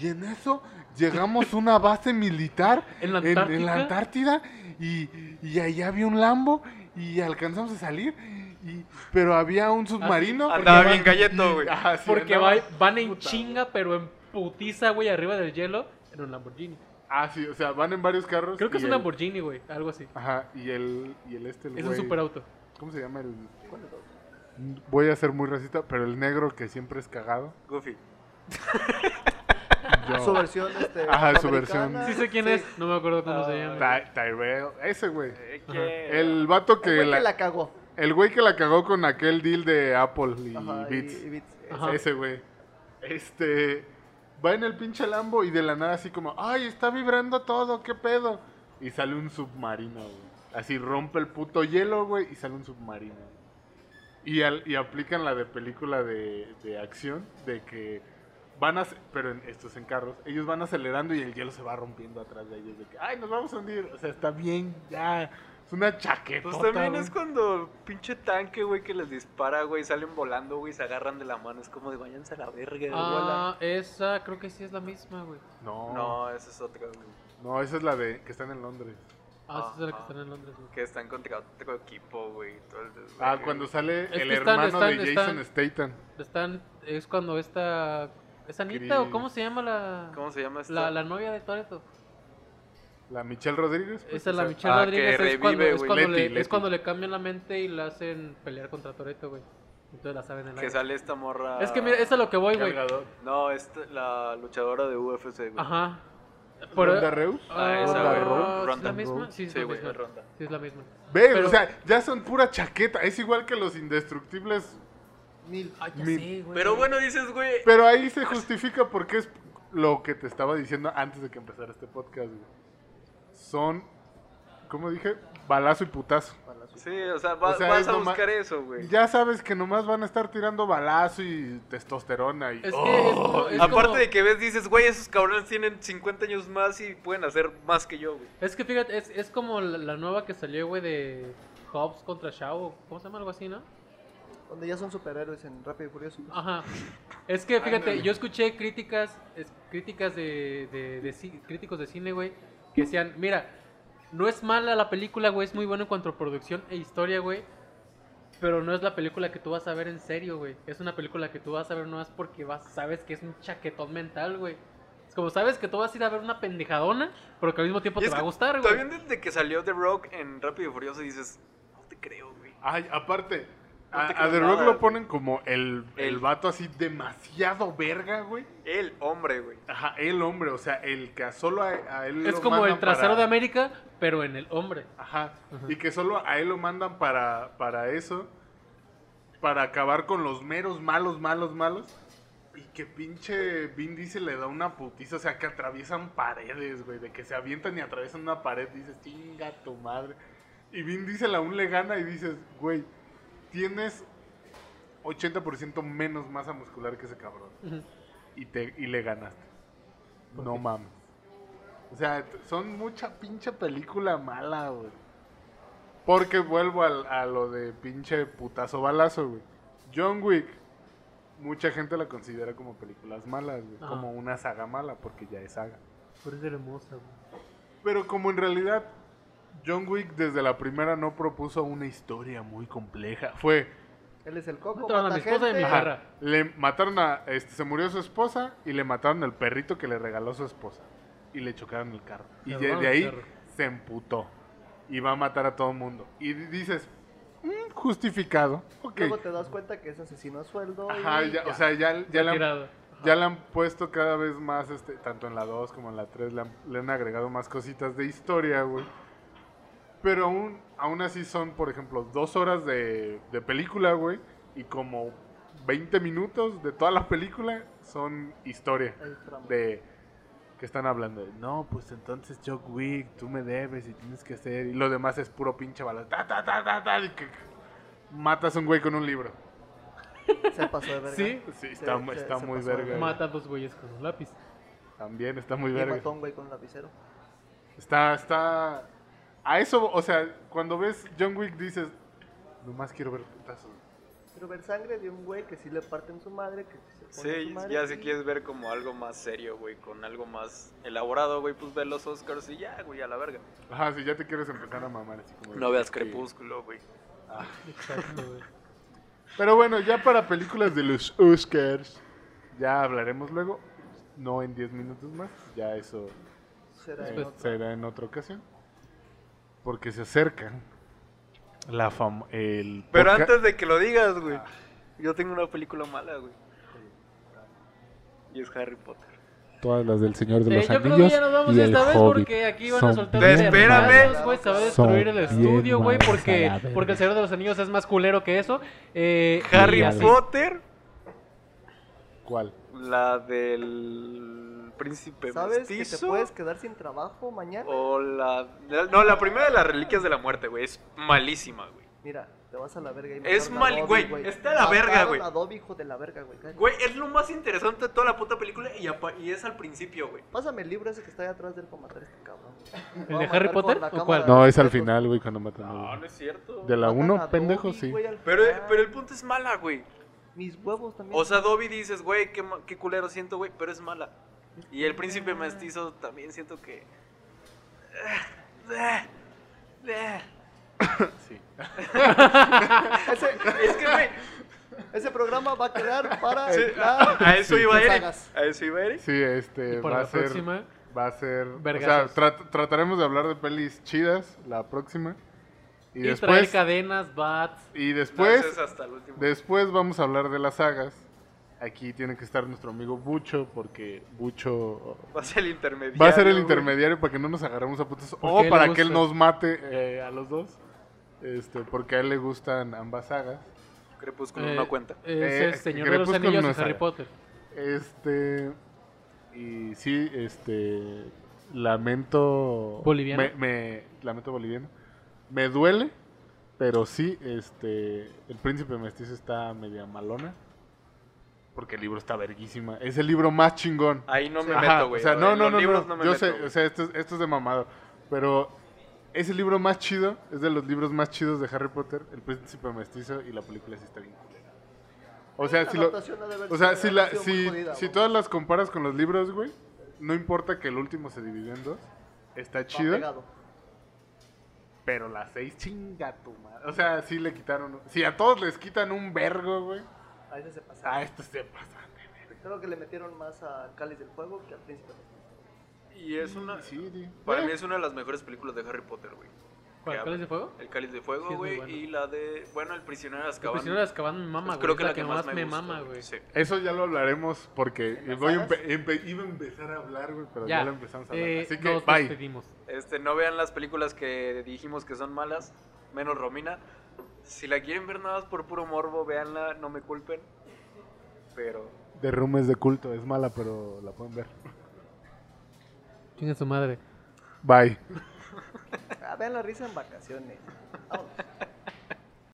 S3: y en eso llegamos a una base militar
S5: ¿En la
S3: en la Antártida y, y allá había un Lambo y alcanzamos a salir, y, pero había un submarino.
S4: Andaba
S3: porque
S4: bien galleto, güey.
S5: Ah.
S3: Ajá, sí,
S5: Porque
S3: andaba-
S5: va- van en
S3: puta,
S5: chinga, pero en putiza, güey, arriba del hielo, en un Lamborghini.
S3: Ah, sí, o sea, van en varios carros.
S5: Creo que
S3: y
S5: es un
S3: el-
S5: Lamborghini, güey, algo así.
S3: Ajá, y el, y el este, el
S5: Es un
S3: güey-
S5: superauto.
S3: ¿Cómo se llama el...? Voy a ser muy racista, pero el negro que siempre es cagado.
S4: Goofy.
S3: yo.
S2: Su versión, este.
S3: Ajá, su versión.
S2: americana.
S5: Sí sé quién es, no me acuerdo cómo se
S4: Ah,
S5: llama.
S3: Ty- Tyrell, ese güey.
S4: Eh,
S5: Ajá.
S4: que-
S3: El vato
S2: El
S3: que,
S2: güey
S3: la-
S2: que la cagó.
S3: el güey que la cagó con aquel deal de Apple y
S2: Ajá, y-
S3: Beats.
S2: y Beats.
S5: Ajá.
S3: Ese güey. Este va en el pinche Lambo y de la nada así como, "Ay, está vibrando todo, qué pedo." Y sale un submarino, güey. Así rompe el puto hielo, güey, y sale un submarino. Y, al- y aplican la de película de, de acción de que van a pero en, estos en carros, ellos van acelerando y el hielo se va rompiendo atrás de ellos de que, "Ay, nos vamos a hundir." O sea, está bien, ya. Es una chaqueta.
S4: Pues también es cuando pinche tanque, güey, que les dispara, güey, salen volando, güey, se agarran de la mano. Es como de váyanse a la verga, bola".
S5: Ah, esa creo que sí es la misma, güey.
S3: No. No,
S4: No, esa es otra, güey.
S3: esa es la de que están en Londres.
S5: Ah, esa es la que
S4: Ajá.
S5: están en Londres, güey.
S4: Que están contra otro equipo, güey. todo el desmadre.
S3: Ah, cuando sale
S5: que
S3: el
S5: están-
S3: hermano de
S5: están-
S3: Jason Statham.
S5: Están, es cuando esta... ¿Es Anita o
S3: Chris.
S5: cómo se llama la,
S4: ¿Cómo se llama esta?
S5: la, la novia de Toreto?
S3: La Michelle Rodríguez. pues,
S5: Esa es la
S3: o sea,
S5: Michelle
S4: ah,
S5: Rodríguez.
S4: que
S5: es, cuando,
S4: revive,
S5: es
S4: güey.
S5: cuando
S3: Leti,
S5: le, es
S3: Leti.
S5: cuando le cambian la mente y la hacen pelear contra Toreto, güey. Entonces la saben en la.
S4: Que sale esta morra.
S5: Es que mira, es a lo que voy, güey.
S3: cargador.
S4: No, es la luchadora de UFC, güey.
S5: Ajá.
S3: Ronda Rousey.
S5: Ah,
S4: esa,
S5: Ronda
S4: güey.
S5: Rousey. ¿Es
S4: Ronda
S5: la misma?
S3: Rousey.
S5: Sí, es
S4: Sí,
S5: la
S4: güey,
S5: misma.
S4: es Ronda.
S5: Sí, es la misma.
S3: Ve,
S5: Pero-
S3: o sea, ya son pura chaqueta. Es igual que los indestructibles.
S2: Mil.
S5: Ay, ya
S3: Mi-
S5: sé, güey.
S4: Pero bueno, dices, güey.
S3: Pero ahí se justifica porque es lo que te estaba diciendo antes de que empezara este podcast. güey. Son, ¿cómo dije? Balazo y putazo.
S4: Sí, o sea, va-
S3: O sea,
S4: vas
S3: es
S4: a
S3: nomás-
S4: buscar eso, güey.
S3: Ya sabes que nomás van a estar tirando balazo y testosterona. Y,
S5: Es que
S3: ¡Oh!
S5: es como- es
S4: Aparte
S5: como-
S4: de que ves, dices, güey, esos cabrones tienen 50 años más y pueden hacer más que yo, güey.
S5: Es que fíjate, es, es como la, la nueva que salió, güey, de Hobbs contra Shaw. ¿Cómo se llama algo así, no?
S2: Donde ya son superhéroes en Rápido y Furioso.
S5: Ajá. Es que fíjate,
S3: Ándale.
S5: yo escuché críticas, es- críticas de, de- de ci- críticos de cine, güey, que decían, mira, no es mala la película, güey, es muy buena en cuanto a producción e historia, güey. Pero no es la película que tú vas a ver en serio, güey. Es una película que tú vas a ver nomás porque vas, sabes que es un chaquetón mental, güey. Es como sabes que tú vas a ir a ver una pendejadona, pero que al mismo tiempo
S4: Y
S5: te
S4: es
S5: va a
S4: que
S5: gustar, güey.
S4: También desde que salió The Rock en Rápido y Furioso dices, no te creo, güey.
S3: Ay, aparte,
S4: No
S3: a,
S4: te
S3: a
S4: creo
S3: The
S4: nada,
S3: Rock
S4: güey.
S3: lo ponen como el, el
S4: El-
S3: vato así demasiado verga, güey.
S4: El hombre, güey.
S3: Ajá, el hombre, o sea, el que solo a, a él
S5: Es
S3: lo
S5: como el
S3: mandan
S5: trasero
S3: para-
S5: de América, pero en el hombre.
S3: Ajá, y que solo a él lo mandan para, para eso, para acabar con los meros malos, malos, malos. Y que pinche Vin Diesel le da una putiza, o sea, que atraviesan paredes, güey, de que se avientan y atraviesan una pared, dices, chinga tu madre. Y Vin Diesel aún le gana y dices, güey, tienes 80% menos masa muscular que ese cabrón.
S5: Ujú.
S3: y, te, y le ganaste. No mames. O sea, t- son mucha pinche película mala, güey. Porque vuelvo al- a lo de pinche putazo balazo, güey. John Wick, mucha gente la considera como películas malas, güey.
S5: Ajá.
S3: Como una saga mala, porque ya es saga.
S5: Pero es hermosa, güey.
S3: Pero como en realidad John Wick desde la primera no propuso una historia muy compleja. Fue,
S2: Él es el coco.
S5: Mataron a
S2: mata
S5: mi esposa y a mi
S2: gente.
S5: perra.
S3: Ajá. Le mataron a. Este, se murió su esposa y le mataron el perrito que le regaló su esposa. Y le chocaron el carro. Y
S5: Le
S3: de,
S5: robaron
S3: de
S5: el
S3: ahí
S5: carro.
S3: se emputó. Y va a matar a todo mundo. Y di- dices, "Mm, justificado. Ok.
S2: Luego te das cuenta que es asesino a sueldo. y
S3: Ajá, ya, o sea, ya, ya le han-
S5: Retirado.
S3: ya le han puesto cada vez más, este, tanto en la 2 como en la 3, le han, le han agregado más cositas de historia, güey. Pero aún, aún así son, por ejemplo, dos horas de, de película, güey. Y como 20 minutos de toda la película son historia de que están hablando. de, No, pues entonces Chuck Wick, tú me debes y tienes que hacer. Y lo demás es puro pinche bala. Ta, ta, ta, ta, ta, y que matas a un güey con un libro.
S2: Se pasó de verga.
S3: Sí, sí, está,
S2: Se-
S3: mu-
S2: se-
S3: está
S2: se
S3: muy
S2: pasó de
S3: verga. güey.
S5: Mata a dos güeyes con un lápiz.
S3: También está muy
S2: Y
S3: verga.
S2: mató a un güey con lapicero.
S3: Está, está. A eso, o sea, cuando ves John Wick dices, nomás quiero ver putazos.
S2: Quiero ver sangre de un güey que sí le parten su madre, que se pone su
S4: Sí,
S2: madre
S4: ya si
S2: y-
S4: quieres ver como algo más serio, güey, con algo más elaborado, güey, pues ver los Oscars y ya, güey, a la verga.
S3: Ajá, si ya te quieres empezar a mamar así como.
S4: No veas
S3: Sí.
S4: Crepúsculo, güey.
S5: Exacto,
S3: (laughs)
S5: güey.
S3: Pero bueno, ya para películas de los Oscars, ya hablaremos luego. No en 10 minutos más, ya eso
S2: Será
S3: eh,
S2: en otro-
S3: será en otra ocasión. Porque se acerca la fam el
S4: Pero
S3: podca-
S4: antes de que lo digas, güey, yo tengo una película mala, güey. Y es Harry Potter.
S3: todas las del Señor de
S5: Eh,
S3: los
S5: yo creo que
S3: Anillos
S5: ya nos vamos
S3: y el
S5: esta vez
S3: Hobbit
S5: porque aquí van a
S3: son
S5: soltar
S3: bien
S4: Espérame.
S3: malas.
S5: madrazos, güey, se va a
S3: Son
S5: destruir el
S3: bien
S5: estudio, güey,
S3: malas
S5: porque,
S3: a la verga.
S5: porque el Señor de los Anillos es más culero que eso. Eh,
S4: Harry
S5: y así.
S4: Potter,
S3: ¿Cuál?
S4: la del príncipe
S2: ¿Sabes que te
S4: mestizo. Oh.
S2: puedes quedar sin trabajo mañana?
S4: O la... No, la primera de las reliquias de la muerte, güey. Es malísima, güey.
S2: Mira, te vas a la verga y
S4: Es
S2: mataron a
S4: mal-
S2: Dobby,
S4: güey, está a la
S2: Mataron
S4: verga, güey.
S2: a Dobby, hijo de la verga, güey. cállate.
S4: Güey, es lo más interesante de toda la puta película y, apa- y es al principio, güey.
S2: Pásame el libro ese que está ahí atrás del para matar a este cabrón.
S5: ¿El
S2: Lo
S5: de
S2: voy a matar
S5: Harry
S2: con
S5: Potter
S2: la
S5: o
S2: cámara
S5: cuál?
S2: de
S3: No, es al
S2: secretos.
S3: final, güey, cuando matan a
S4: No, no
S3: Dobby.
S4: es cierto.
S3: De la
S2: Matan
S3: 1,
S2: a
S3: pendejo,
S2: Dobby,
S3: sí.
S2: güey, al
S4: Pero, eh,
S2: final.
S4: pero el punto es mala, güey.
S2: Mis huevos también.
S4: O sea, Dobby dices, güey, qué, ma- qué culero siento, güey, pero es mala. Y el príncipe mestizo también siento que... eh,
S3: Sí.
S2: (laughs) ese,
S4: Es que, güey,
S2: ese programa va a quedar para...
S4: sí, a,
S2: la-
S4: a eso
S2: Sí,
S4: iba
S2: tus
S4: Eric.
S2: sagas.
S4: A eso iba Eric.
S3: Sí, este,
S5: Y para
S3: va
S5: la
S3: a ser,
S5: próxima,
S3: va a ser, o sea,
S5: Vergazos.
S3: trat- trataremos de hablar de pelis chidas la próxima y,
S5: y, traer
S3: después,
S5: cadenas, bats.
S3: y
S4: No, eso
S3: después,
S4: es hasta el último.
S3: después vamos a hablar de las sagas. Aquí tiene que estar nuestro amigo Bucho porque Bucho
S4: Va a ser el intermediario.
S3: va a ser el
S4: güey.
S3: intermediario para que no nos agarremos a putos
S5: Porque
S3: o
S5: le
S3: para que él
S5: gusta.
S3: nos mate eh, a los dos, este, porque a él le gustan ambas sagas.
S4: Crepúsculo
S5: eh,
S4: no cuenta.
S5: Es
S3: Eh,
S5: el Señor de los
S3: Crepúsculo
S5: Anillos
S3: no
S5: y
S3: es
S5: Harry
S3: saga.
S5: Potter.
S3: Este. Y sí, este. Lamento.
S5: Boliviano.
S3: Me, me- lamento boliviano. Me duele, pero sí, este. El príncipe mestizo está media malona. Porque el libro está verguísima. Es el libro más chingón.
S4: Ahí no me
S3: Ajá,
S4: meto, güey.
S3: O sea,
S4: En
S3: no, no,
S4: los
S3: no.
S4: libros
S3: no.
S4: no me
S3: Yo
S4: meto,
S3: sé,
S4: güey.
S3: o sea, esto, es- esto es de mamado. Pero es el libro más chido, es de los libros más chidos de Harry Potter, El Príncipe Mestizo y la película sí está bien culera. O sea,
S2: La
S3: si lo,
S2: adaptación ha de haber
S3: o sea,
S2: sido
S3: si,
S2: una
S3: la,
S2: adaptación
S3: si,
S2: muy jodida,
S3: si
S2: güey.
S3: todas las comparas con los libros, güey, no importa que el último se dividió en dos, está
S2: Va
S3: chido,
S2: pegado.
S3: pero las seis chinga tu madre. O sea, sí le quitaron, si a todos les quitan un vergo, güey,
S2: A ese se pasa.
S3: a esto se pasa.
S2: Creo que le metieron más a Cáliz del Fuego que al Príncipe.
S4: Y es una.
S3: Sí, sí.
S4: Para
S3: Eh,
S4: mí es una de las mejores películas de Harry Potter, güey.
S5: ¿Cuál,
S4: Ya,
S5: cuál es el juego?
S4: El Cáliz de
S5: Sí,
S4: Fuego,
S5: es muy
S4: güey,
S5: bueno.
S4: y la de. Bueno, El Prisionero de
S5: El
S4: Azkaban.
S5: prisionero de Azkaban me
S4: es
S5: mama, güey.
S4: Pues creo
S5: Es
S4: que
S5: la
S4: la que más me
S5: me mama,
S4: gusta,
S5: güey.
S4: güey. Sí.
S3: Eso ya lo hablaremos porque
S2: ¿En las
S3: voy a
S2: sagas?
S3: empe- empe- iba a empezar a hablar, güey, pero ya,
S5: Ya,
S3: lo empezamos a hablar.
S5: eh,
S3: Así que,
S5: nos
S3: bye.
S5: despedimos.
S4: Este, no vean las películas que dijimos que son malas, menos Romina. Si la quieren ver nada más por puro morbo, véanla, no me culpen. Pero.
S3: Derrumbes de culto, es mala, pero la pueden ver.
S5: Chinga su madre.
S3: Bye.
S2: Ah, vean la risa en vacaciones. Vámonos.